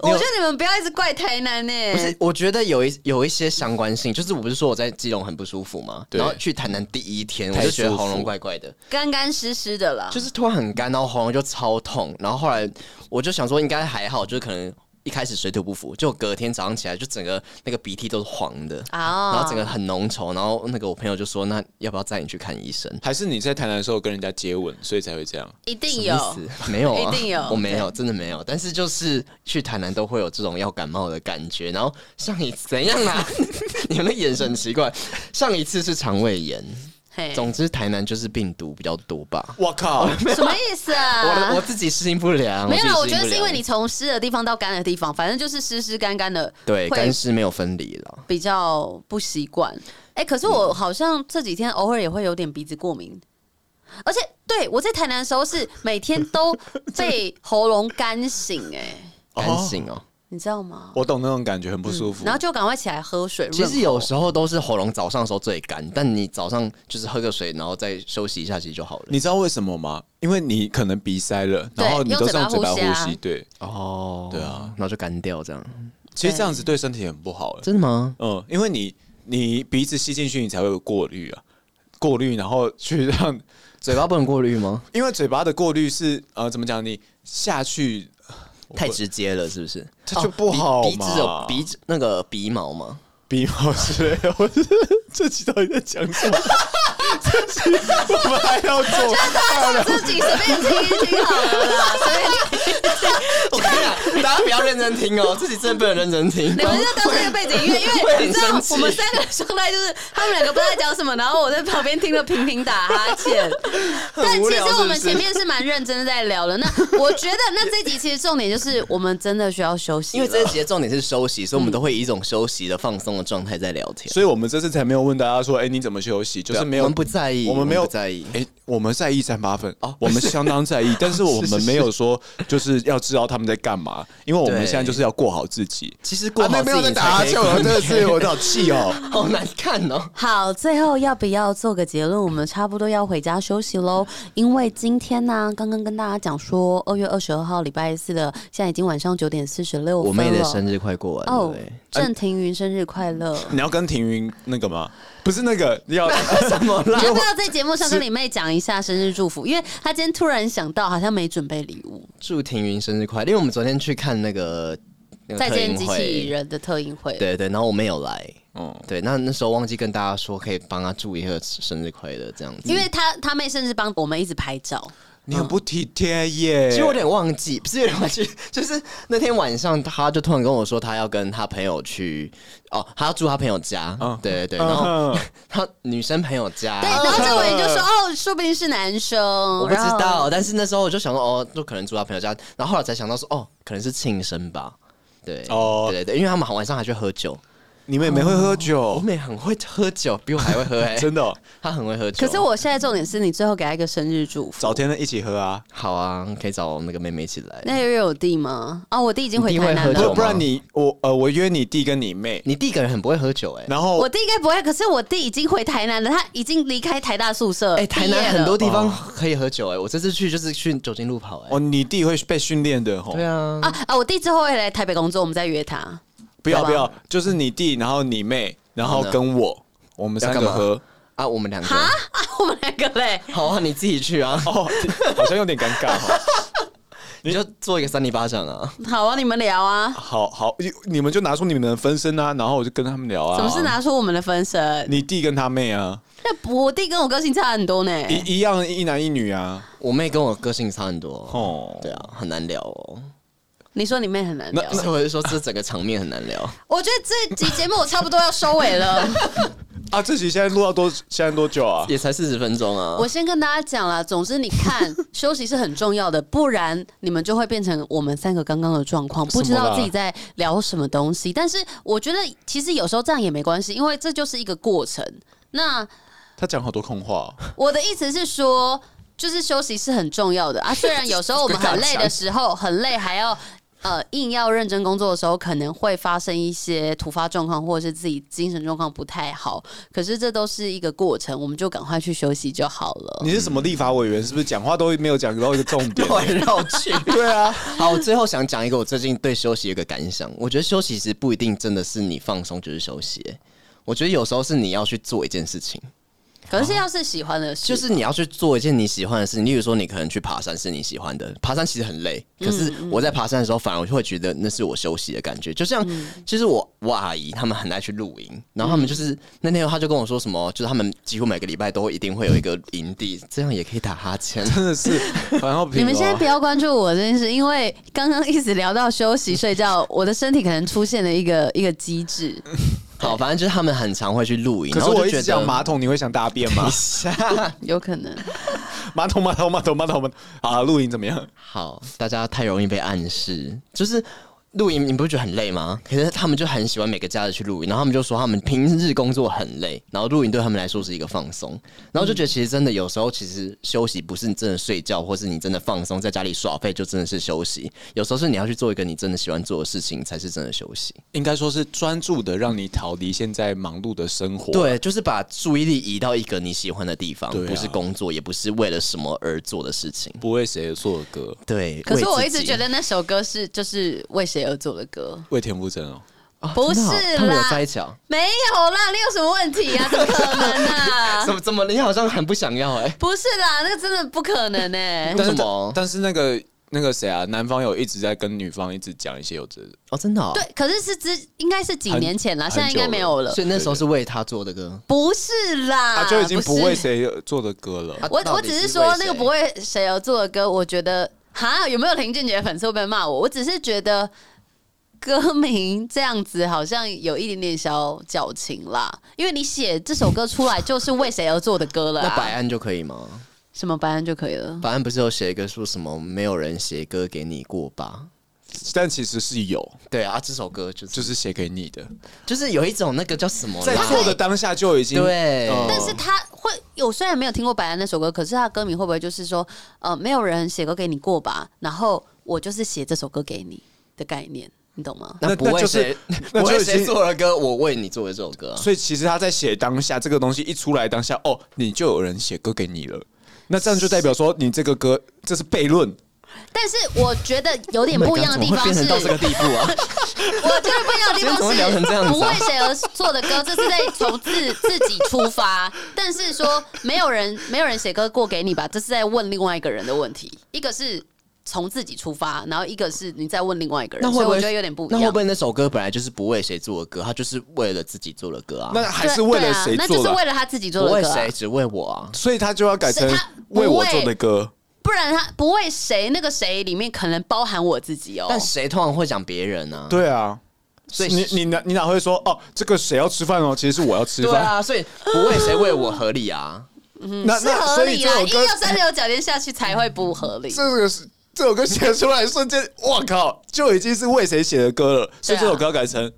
Speaker 4: 我觉得你们不要一直怪台南欸呢、
Speaker 3: 不是，我觉得有一有一些相关性，就是我不是说我在基隆很不舒服吗？
Speaker 6: 对
Speaker 3: 然后去台南第一天，我
Speaker 6: 太
Speaker 3: 就觉得
Speaker 6: 舒服
Speaker 3: 喉咙怪怪的，
Speaker 4: 干干湿湿的啦。
Speaker 3: 就是突然很干，然后喉咙就超痛，然后后来我就想说应该还好，就是可能一开始水土不服，就隔天早上起来就整个那个鼻涕都是黄的。
Speaker 4: 啊
Speaker 3: 然后整个很浓稠，然后那个我朋友就说：“那要不要带你去看医生
Speaker 6: <laughs> 还是你在台南的时候跟人家接吻，所以才会这样？
Speaker 4: 一？”定
Speaker 3: 什么
Speaker 4: 有
Speaker 3: 意， <laughs> 思没有啊？
Speaker 4: 一定有
Speaker 3: 我没有，真的没有。但是就是去台南都会有这种要感冒的感觉。然后上一次怎样啊？ <laughs> 你们的眼神奇怪。上一次是肠胃炎，
Speaker 4: 嘿，
Speaker 3: 总之，台南就是病毒比较多吧。
Speaker 6: 我靠！
Speaker 4: 什么意思啊？
Speaker 3: 我的我自己适应不良，
Speaker 4: 没有啦，
Speaker 3: 我
Speaker 4: 我
Speaker 3: 自己
Speaker 4: 觉
Speaker 3: 适
Speaker 4: 得是
Speaker 3: 应不良
Speaker 4: 因为你从湿的地方到干的地方，反正就是湿湿干干的，
Speaker 3: 对
Speaker 4: 会
Speaker 3: 干湿没有分离了。
Speaker 4: 比较不习惯。哎、可是我好像这几天偶尔也会有点鼻子过敏，而且对我在台南的时候是每天都被喉咙干醒、哎，
Speaker 3: 干性哦，
Speaker 4: <laughs> 你知道吗？
Speaker 6: <laughs> 我懂那种感觉，很不舒服。
Speaker 4: 嗯然后就赶快起来喝水。
Speaker 3: 其实有时
Speaker 4: 候
Speaker 3: 候都是喉咙早上的时候最干，但你早上就是喝个水，然后再休息一下，其实就好了。
Speaker 6: 你知道为什么吗？因为你可能鼻塞了，
Speaker 4: 对
Speaker 6: 然后你都是用
Speaker 4: 用
Speaker 6: 嘴
Speaker 4: 嘴巴
Speaker 6: 巴
Speaker 4: 呼吸啊
Speaker 6: 呼吸。对，
Speaker 3: 哦，
Speaker 6: 对啊，
Speaker 3: 然后就干掉这样，
Speaker 6: 其实这样子对身体很不好。
Speaker 3: 真的吗？
Speaker 6: 嗯，因为你你鼻子吸进去，你才会有过滤啊，过滤，然后去让，
Speaker 3: 嘴巴不能过滤吗？
Speaker 6: 因为嘴巴的过滤是呃，怎么讲？你下去
Speaker 3: 太直接了，是不是？哦
Speaker 6: 这就不好
Speaker 3: 鼻鼻
Speaker 6: 嘛
Speaker 3: 子有鼻子那个鼻毛吗？ <laughs>
Speaker 6: 鼻毛之类的， <laughs> 我这期到底在讲什么？ <laughs> 这期我们还要做？
Speaker 4: <laughs> 自己随便听一听好了啦，随便听。
Speaker 3: 我跟你讲，大家不要认真听哦，自己真的不能认
Speaker 4: <laughs>
Speaker 3: 真听。
Speaker 4: 你们就当这个背景音乐，因为你知道我们三个状态就是他们两个不知道在讲什么，然后我在旁边听了频频打哈欠。 <laughs> 但
Speaker 3: 无
Speaker 4: 其
Speaker 3: 聊
Speaker 4: 实我们
Speaker 3: 是不是
Speaker 4: 前面是蛮认真的在聊的。那我觉得那这集其实重点就是我们真的需要休息
Speaker 3: <laughs> 因
Speaker 4: 了，
Speaker 3: 为这一节重点是休息，所以我们都会以一种休息的放松的状态在聊天。啊
Speaker 6: 所以我们这次才没有问大家说，哎、你怎么休息？就是没有，
Speaker 3: 我们不在意
Speaker 6: 我们没
Speaker 3: 我
Speaker 6: 有
Speaker 3: 们不在意
Speaker 6: 哎、我们在意三八粉哦，我们相当在
Speaker 3: <laughs>
Speaker 6: 意，但是我们没有说就是要知道他们在干嘛，因为我们
Speaker 3: 对
Speaker 6: 现在就是要过好自己。
Speaker 3: 其实过好自
Speaker 6: 没有在
Speaker 3: 己
Speaker 6: 打
Speaker 3: 才
Speaker 6: 哈
Speaker 3: 可以
Speaker 6: 欠， <laughs> 我真的是我好气哦。
Speaker 3: <laughs> 好难看
Speaker 6: <laughs>
Speaker 3: 哦。
Speaker 4: 好，最后要不要做个结论？我们差不多要回家休息喽，因为今天呢、刚刚跟大家讲说，二月二十二号礼拜四的，现在已经晚上九点四十六分了。
Speaker 3: 我妹的生日快过完了、
Speaker 4: 哦
Speaker 3: 欸，，
Speaker 4: 郑庭云生日快乐！
Speaker 6: 你要跟庭云那个吗？不是那个，
Speaker 3: <laughs>
Speaker 6: 要
Speaker 3: 怎么啦
Speaker 4: 你要不要在节目上跟你妹讲一下生日祝福？因为她今天突然想到，好像没准备礼物。
Speaker 3: 祝庭云生日快乐！因为我们昨天去看那个那个
Speaker 4: 再
Speaker 3: 嗯特
Speaker 4: 见
Speaker 3: 映
Speaker 4: 机
Speaker 3: 会
Speaker 4: 器，人的特映会，
Speaker 3: 对对，然后我没有来，
Speaker 6: 嗯，
Speaker 3: 对，那那时候忘记跟大家说可以帮他祝一个生日快乐这样子，
Speaker 4: 因为她她妹甚至帮我们一直拍
Speaker 3: 哦
Speaker 4: 照。
Speaker 6: 你很不体贴耶。
Speaker 3: 其实我有点忘记，不是有点忘记， <laughs> 就是那天晚上他就突然跟我说他要跟他朋友去哦，他要住他朋友家，
Speaker 6: 嗯
Speaker 3: 对对对，
Speaker 6: 嗯
Speaker 3: 然后 <laughs>
Speaker 6: 哼
Speaker 3: 他女生朋友家，
Speaker 4: 对，然后这伟就说：“哦，说不定是男生。”
Speaker 3: 嗯我
Speaker 4: 我
Speaker 3: 不知道，但是那时候我就想说，哦，就可能住他朋友家，然后后来才想到说，哦，可能是庆生吧。对，
Speaker 6: 哦
Speaker 3: 哦，对对对，因为他们晚上还去喝酒，
Speaker 6: 你们也没会喝酒
Speaker 3: 我，妹很会喝酒，比我还会喝哎、
Speaker 6: 哦真的哦，
Speaker 3: 她很会喝酒。
Speaker 4: 可是我现在重点是你最后给她一个生日祝福。
Speaker 6: 找天的一起喝啊。
Speaker 3: 好啊，可以找我们那个妹妹一起来。
Speaker 4: 那又有弟吗？哦，我弟已经回
Speaker 3: 你弟
Speaker 4: 台
Speaker 3: 会
Speaker 4: 南
Speaker 3: 喝酒哦
Speaker 4: 了
Speaker 6: 不
Speaker 3: 吗。
Speaker 6: 不然你我呃，我约你弟跟你妹，
Speaker 3: 你弟一个人很不会喝酒哎、
Speaker 6: 然后
Speaker 4: 我弟应该不会，可是我弟已经回台南了，他已经离开台大宿舍。
Speaker 3: 哎、台
Speaker 4: 毕业
Speaker 3: 南
Speaker 4: 了
Speaker 3: 很多地方可以喝酒哎、我这次去就是去酒精路跑哎、
Speaker 6: 哦，你弟会被训练的吼。
Speaker 3: 对啊，
Speaker 4: 啊啊！我弟之后会来台北工作，我们再约他。 <laughs>
Speaker 6: 不要
Speaker 4: 好吧
Speaker 6: 不要，就是你弟，然后你妹，然后
Speaker 3: 啊真的
Speaker 6: 跟我，我们三
Speaker 3: 要干
Speaker 6: 个
Speaker 3: 嘛
Speaker 6: 喝。
Speaker 3: 啊，我们两个，
Speaker 4: 啊，我们两个嘞，
Speaker 3: 好啊，你自己去啊，
Speaker 6: 哦， <laughs> 好像有点尴尬哈。
Speaker 3: 你就做一个三里巴掌啊。
Speaker 4: 好啊，你们聊啊。
Speaker 6: <laughs> 好好，你你们就拿出你们的分身啊，然后我就跟他们聊啊。
Speaker 4: 怎么是？拿出我们的分身？
Speaker 6: 你弟跟他妹啊，
Speaker 4: 那我弟跟我个性差很多呢。
Speaker 3: 哎
Speaker 6: 一一样一男一女啊。
Speaker 3: 我妹跟我个性差很多哦，
Speaker 6: 哦，
Speaker 3: 对啊，很难聊哦。
Speaker 4: 你说你妹很难聊，
Speaker 3: 所以我就说这整个场面很难聊。
Speaker 4: 我觉得这集节目我差不多要收尾了。 <laughs>
Speaker 6: 啊，这集现在录到多现在多久啊？
Speaker 3: 也才四十分钟啊！
Speaker 4: 我先跟大家讲啦，总之你看，休息是很重要的，不然你们就会变成我们三个刚刚的状况，不知
Speaker 6: 什么
Speaker 4: 道
Speaker 6: 啦
Speaker 4: 自己在聊什么东西。但是我觉得其实有时候这样也没关系，因为这就是一个过程。那
Speaker 6: 他讲好多空话哦，
Speaker 4: 我的意思是说，就是休息是很重要的
Speaker 3: <laughs>
Speaker 4: 啊。虽然有时候我们很累的时候，很累还要。呃，硬要认真工作的时候，可能会发生一些突发状况，或者是自己精神状况不太好。可是这都是一个过程，我们就赶快去休息就好了。
Speaker 6: 哦你是什么立法委员？是不是讲话都没有讲到一个重
Speaker 3: <laughs>
Speaker 6: 点？
Speaker 3: 绕来绕去。
Speaker 6: <laughs> 对啊，
Speaker 3: 好，我最后想讲一个我最近对休息有一个感想。我觉得休息其实不一定真的是你放松就是休息、欸我觉得有时候是你要去做一件事情，
Speaker 4: 可是要是喜欢的事，
Speaker 3: 啊就是你要去做一件你喜欢的事情。例如说，你可能去爬山是你喜欢的，爬山其实很累，可是我在爬山的时候，反而会觉得那是我休息的感觉。就像，就是我我阿姨他们很爱去露营，然后他们就是、那天他就跟我说什么，就是他们几乎每个礼拜都会一定会有一个营地，这样也可以打哈欠。 <laughs>
Speaker 6: 真的是反后
Speaker 4: 你们
Speaker 3: 啊
Speaker 4: 现在不要关注我这件事，因为刚刚一直聊到休息睡觉，我的身体可能出现了一个一个机制。
Speaker 3: 好，反正就是他们很常会去露营，
Speaker 6: 可
Speaker 3: 然
Speaker 6: 是
Speaker 3: 后
Speaker 6: 我一
Speaker 3: 就
Speaker 6: 直
Speaker 3: 觉
Speaker 6: 讲
Speaker 3: 得
Speaker 6: 马桶，你会想大便 <laughs> 吗？
Speaker 4: 有可能，
Speaker 6: 马桶马桶马桶马桶马桶啊！录影怎么样？
Speaker 3: 好，大家太容易被暗示，就是。露营你不觉得很累吗？可是他们就很喜欢每个假日去露营，然后他们就说他们平日工作很累，然后露营对他们来说是一个放松，然后就觉得其实真的有时候其实休息不是你真的睡觉，或是你真的放松在家里耍废就真的是休息，有时候是你要去做一个你真的喜欢做的事情才是真的休息。
Speaker 6: 应该说是专注的，让你逃离现在忙碌的生活。，
Speaker 3: 对，就是把注意力移到一个你喜欢的地方，
Speaker 6: 对啊
Speaker 3: 不是工作，也不是为了什么而做的事情。
Speaker 6: 不为谁而作的歌，
Speaker 3: 对，
Speaker 4: 可是
Speaker 3: 为
Speaker 4: 我一
Speaker 3: 自
Speaker 4: 直
Speaker 3: 己
Speaker 4: 觉得那首歌是就是为谁而作的歌，
Speaker 6: 为田馥甄哦。
Speaker 3: 啊
Speaker 4: 不
Speaker 3: 真的哦
Speaker 4: 是
Speaker 3: 他们有
Speaker 4: 啦
Speaker 3: 在一起啊？
Speaker 4: 没有啦，你有什么问题啊？怎么可能
Speaker 3: <laughs> 怎
Speaker 6: <laughs>
Speaker 4: 啊？
Speaker 3: 么怎么？你好像很不想要哎、
Speaker 4: 不是啦，那个真的不可能欸呢、
Speaker 3: 为
Speaker 6: 但
Speaker 3: 什
Speaker 6: 是
Speaker 3: 么
Speaker 6: 但是那个那个谁啊，男方有一直在跟女方一直讲一些有这，
Speaker 3: 哦，真的、哦。
Speaker 4: 对，可是是之应该是几
Speaker 6: 很
Speaker 4: 年前啦，
Speaker 6: 很
Speaker 4: 现在应该
Speaker 6: 久
Speaker 4: 没
Speaker 6: 了
Speaker 4: 有了。
Speaker 3: 所以那时候是为他做的歌。
Speaker 4: 不是啦，
Speaker 6: 他啊就已经
Speaker 4: 啊是
Speaker 6: 不为谁而作的歌了。啊
Speaker 3: 啊
Speaker 4: 我
Speaker 3: 到
Speaker 4: 我
Speaker 3: 底
Speaker 4: 只是
Speaker 3: 为
Speaker 4: 说
Speaker 3: 谁
Speaker 4: 那个不为谁而作的歌，我觉得哈，有没有林俊杰粉丝会不会骂我？我只是觉得歌名这样子好像有一点点小矫情啦，因为你写这首歌出来就是为谁而做的歌了、
Speaker 3: 那
Speaker 4: 啊，
Speaker 3: 白安就可以吗？
Speaker 4: 什么白安就可以了。
Speaker 3: 白安不是有写一个说什么没有人写歌给你过吧？
Speaker 6: 但其实是有，
Speaker 3: 对啊，这首歌就是、
Speaker 6: 就是写给你的，
Speaker 3: 就是有一种那个叫什么啦
Speaker 6: 在做的当下就已经
Speaker 3: 对
Speaker 6: 嗯
Speaker 4: 但是他会，我虽然没有听过白安那首歌，可是他歌名会不会就是说，呃，没有人写歌给你过吧？然后我就是写这首歌给你的概念，你懂吗？
Speaker 3: 那
Speaker 6: 那
Speaker 3: 不会
Speaker 6: 就是
Speaker 3: 谁
Speaker 6: 那
Speaker 3: 不
Speaker 6: 就已
Speaker 3: 会
Speaker 6: 经
Speaker 3: 谁做了歌，我为你做的这首歌啊、
Speaker 6: 所以其实他在写当下这个东西一出来，当下哦，你就有人写歌给你了。那这样就代表说，你这个歌这是悖论，
Speaker 4: <laughs> 但是我觉得有点不一样的地
Speaker 3: ？Oh 怎么
Speaker 4: 方
Speaker 3: 会变
Speaker 4: 是
Speaker 3: 成，到这个地步啊！
Speaker 4: <laughs> 我觉得不一样的地
Speaker 3: 今天怎么
Speaker 4: 方
Speaker 3: 会聊成这样
Speaker 4: 是，
Speaker 3: 子啊
Speaker 4: 不为谁而做的歌，这是在从自自己出发。但是说没有人没有人写歌过给你吧，这是在问另外一个人的问题。一个是从自己出发，然后一个是你在问另外一个人，
Speaker 3: 那
Speaker 4: 所
Speaker 3: 会
Speaker 4: 以
Speaker 3: 不
Speaker 4: 我
Speaker 3: 会
Speaker 4: 觉得有点不一
Speaker 3: 那会
Speaker 4: 样
Speaker 3: 不。会那首歌本来就是不为谁做的歌，他就是为了自己做的歌啊？
Speaker 6: 那还是为了谁
Speaker 4: 对啊？那就
Speaker 6: 做
Speaker 4: 是
Speaker 6: 的啊？
Speaker 4: 为了他自己做
Speaker 3: 不
Speaker 4: 的
Speaker 3: 为
Speaker 4: 歌啊、
Speaker 3: 谁，只为我啊！
Speaker 6: 所以他就要改成
Speaker 4: 是他不
Speaker 6: 为我做
Speaker 4: 为
Speaker 6: 的歌。
Speaker 4: 不然他不为谁那个谁里面可能包含我自己哦。
Speaker 3: 但谁通常会讲别人呢、啊？
Speaker 6: 对啊，
Speaker 3: 所以
Speaker 6: 你你哪你哪会说哦，这个谁要吃饭哦？其实是我要吃
Speaker 3: 对
Speaker 6: 饭。
Speaker 3: 啊，所以不为谁为我合理啊！
Speaker 6: 那
Speaker 4: 是
Speaker 6: 那
Speaker 4: 合
Speaker 6: 所以
Speaker 4: 理
Speaker 6: 这
Speaker 4: 啦，
Speaker 6: 首
Speaker 4: 硬
Speaker 6: 歌
Speaker 4: 要三六九天下去才会不合理。
Speaker 6: 这个是这首歌写出来的瞬间，我靠，就已经是为谁写的歌了。所以这首歌要改成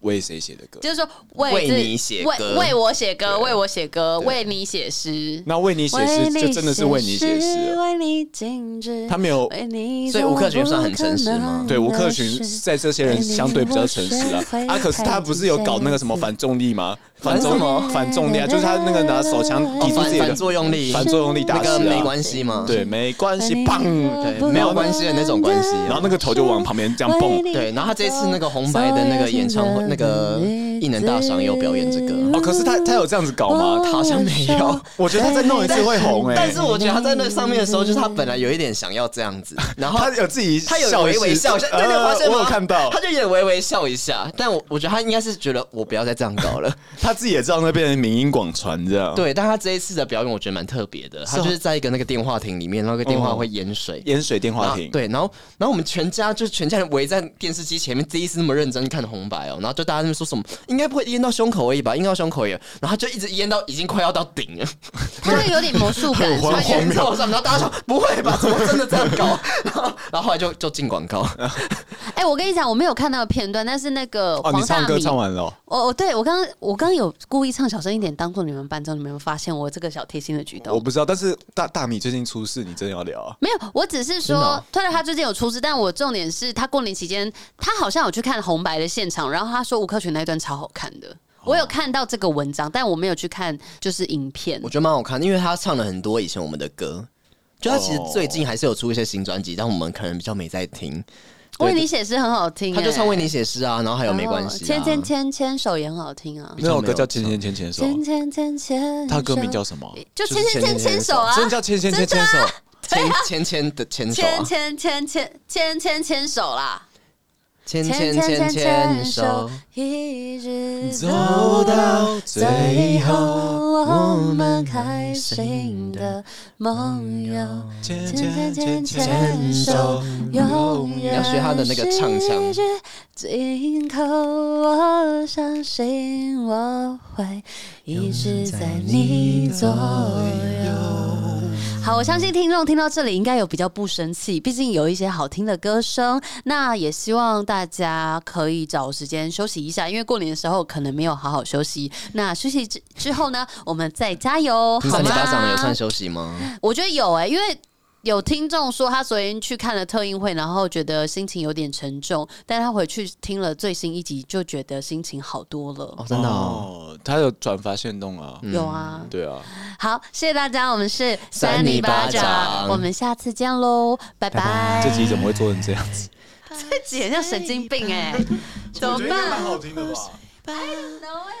Speaker 6: 为谁写的歌？
Speaker 4: 啊就是说为
Speaker 3: 为
Speaker 4: 自
Speaker 3: 你写
Speaker 4: 为
Speaker 3: 歌
Speaker 4: 为我写
Speaker 6: 啊
Speaker 4: 歌，为我写歌，为你写诗。
Speaker 6: 那为你写诗就真的是为你写诗了。
Speaker 4: 为你静止，
Speaker 6: 他没有
Speaker 4: 为你
Speaker 3: 所以吴克群算很诚实吗
Speaker 6: 对，吴克群在这
Speaker 3: 哎
Speaker 6: 些人相对比较诚实啊。啊，可是他不是有搞那个什么反重力吗？反
Speaker 3: 哦反什
Speaker 6: 重
Speaker 3: 么
Speaker 6: 反重力啊，就是他那个拿手枪抵住
Speaker 3: 反
Speaker 6: 自己
Speaker 3: 反
Speaker 6: 的
Speaker 3: 作用力，
Speaker 6: 反作用力大
Speaker 3: 那个
Speaker 6: 师
Speaker 3: 没
Speaker 6: 啊。
Speaker 3: 关系嘛？
Speaker 6: 对，没关系，砰！
Speaker 3: 对，没有关系的那种关系。啊
Speaker 6: 然后那个头就往旁边这样蹦。
Speaker 3: 对，然后他这次那个红白的那个演唱会，那个艺能大赏也有表演这个。
Speaker 6: <laughs> 哦，可是他他有这样子搞吗？他
Speaker 3: 好像没有，
Speaker 6: 我觉得他再弄一次会红哎。
Speaker 3: 但是我觉得他在那上面的时候，就是他本来有一点想要这样
Speaker 6: <laughs>
Speaker 3: 子，然后
Speaker 6: 他有自己
Speaker 3: 他有微微笑一下，对，你有发现
Speaker 6: 呃
Speaker 3: 吗？
Speaker 6: 我有看到
Speaker 3: 他，就也微微笑一下。但我我觉得他应该是觉得我不要再这样
Speaker 6: <laughs>
Speaker 3: 搞了。
Speaker 6: 他自己也知道那边民音广传这样。，
Speaker 3: 对，但他这一次的表演我觉得蛮特别的，他
Speaker 6: 是哦
Speaker 3: 就是在一个那个电话亭里面，然后那个电
Speaker 6: 哦
Speaker 3: 话会淹水。
Speaker 6: 盐水电
Speaker 3: 然
Speaker 6: 话
Speaker 3: 后
Speaker 6: 亭。
Speaker 3: 啊对，然后然后我们全家就是全家人围在电视机前面，第一次那么认真看红白哦，然后就大家在那边说什么应该不会淹到胸口而已吧，淹到胸口而已，然后他就一直淹到已经快要到顶了，
Speaker 4: 他就有点魔术感，
Speaker 6: 荒
Speaker 3: 他
Speaker 6: 荒
Speaker 3: 淹到上，然后大家说不会吧，怎么真的这样搞？ <laughs> 然后然后后来就就进广告，
Speaker 4: 哎、我跟你讲，我没有看到片段，但是那个
Speaker 6: 哦，
Speaker 4: 黄
Speaker 6: 你
Speaker 4: 大
Speaker 6: 唱歌
Speaker 4: 米，
Speaker 6: 唱完了哦。
Speaker 4: 我我对我刚刚我刚刚有故意唱小声一点，当做你们伴奏，你们有没有发现我这个小贴心的举
Speaker 6: 我
Speaker 4: 动？
Speaker 6: 不知道，但是大大米最近出事，你真的要聊啊？
Speaker 4: 没有，我只是
Speaker 3: 真的
Speaker 4: 说
Speaker 3: 哦，
Speaker 4: 推了他最近有出事，但我重点是他过年期间，他好像有去看红白的现场，然后他说吴克群那一段超好看的，
Speaker 3: 哦
Speaker 4: 我有看到这个文章，但我没有去看就是影片
Speaker 3: 我。觉得蛮好看，因为他唱了很多以前我们的歌。就他其
Speaker 6: 哦
Speaker 3: 实最近还是有出一些新专辑，但我们可能比较没在听。对
Speaker 4: 为你写诗很好听、
Speaker 3: 他就唱《为
Speaker 4: 你
Speaker 3: 你写诗》啊，然后还有没关系、啊。
Speaker 4: 牵牵牵牵手也很好听啊。
Speaker 6: 那首歌叫《千千千千手
Speaker 4: 牵》，牵牵牵，
Speaker 6: 它歌名叫什么？
Speaker 4: 就
Speaker 3: 就
Speaker 4: 牵
Speaker 3: 是
Speaker 4: 牵牵
Speaker 3: 牵牵
Speaker 4: 牵手
Speaker 3: 手
Speaker 4: 啊，
Speaker 6: 真的叫《千千千千手》？
Speaker 3: 牵牵牵的牵手啊
Speaker 4: 牵，牵牵牵牵牵牵手啦，
Speaker 3: 牵牵牵牵手。，
Speaker 4: 一直
Speaker 6: 走到
Speaker 3: 哎
Speaker 6: 最后，
Speaker 4: 哎我们开心的梦游。
Speaker 6: 千
Speaker 4: 牵
Speaker 6: 千
Speaker 4: 牵
Speaker 6: 千
Speaker 4: 牵
Speaker 6: 千
Speaker 4: 手
Speaker 6: 手，，
Speaker 4: 永远
Speaker 3: 你要学他的那个唱腔
Speaker 4: 是今后我相信我会一直在你左右。好，我相信听众听到这里应该有比较不生气，毕竟有一些好听的歌声。那也希望大家可以找时间休息一下，因为过年的时候可能没有好好休息。那休息之之后呢，我们再加油，
Speaker 3: 你
Speaker 4: 好
Speaker 3: 上礼
Speaker 4: 吗？
Speaker 3: 拜上有算休息吗？
Speaker 4: 我觉得有哎、因为有听众说他昨天去看了特映会，然后觉得心情有点沉重，但他回去听了最新一集，就觉得心情好多了。
Speaker 3: 哦，真的哦，
Speaker 6: 哦，他有转发现动啊。
Speaker 4: 有啊，
Speaker 6: 对啊，
Speaker 4: 好，谢谢大家，我们是
Speaker 3: 三
Speaker 4: 尼
Speaker 3: 尼
Speaker 4: 巴
Speaker 3: 巴掌
Speaker 4: 我们下次见喽，拜拜。
Speaker 6: 这
Speaker 4: <laughs>
Speaker 6: 集怎么会做成这样子？
Speaker 4: 这集很像神经病哎、怎么办？
Speaker 6: 听的吧？
Speaker 4: No way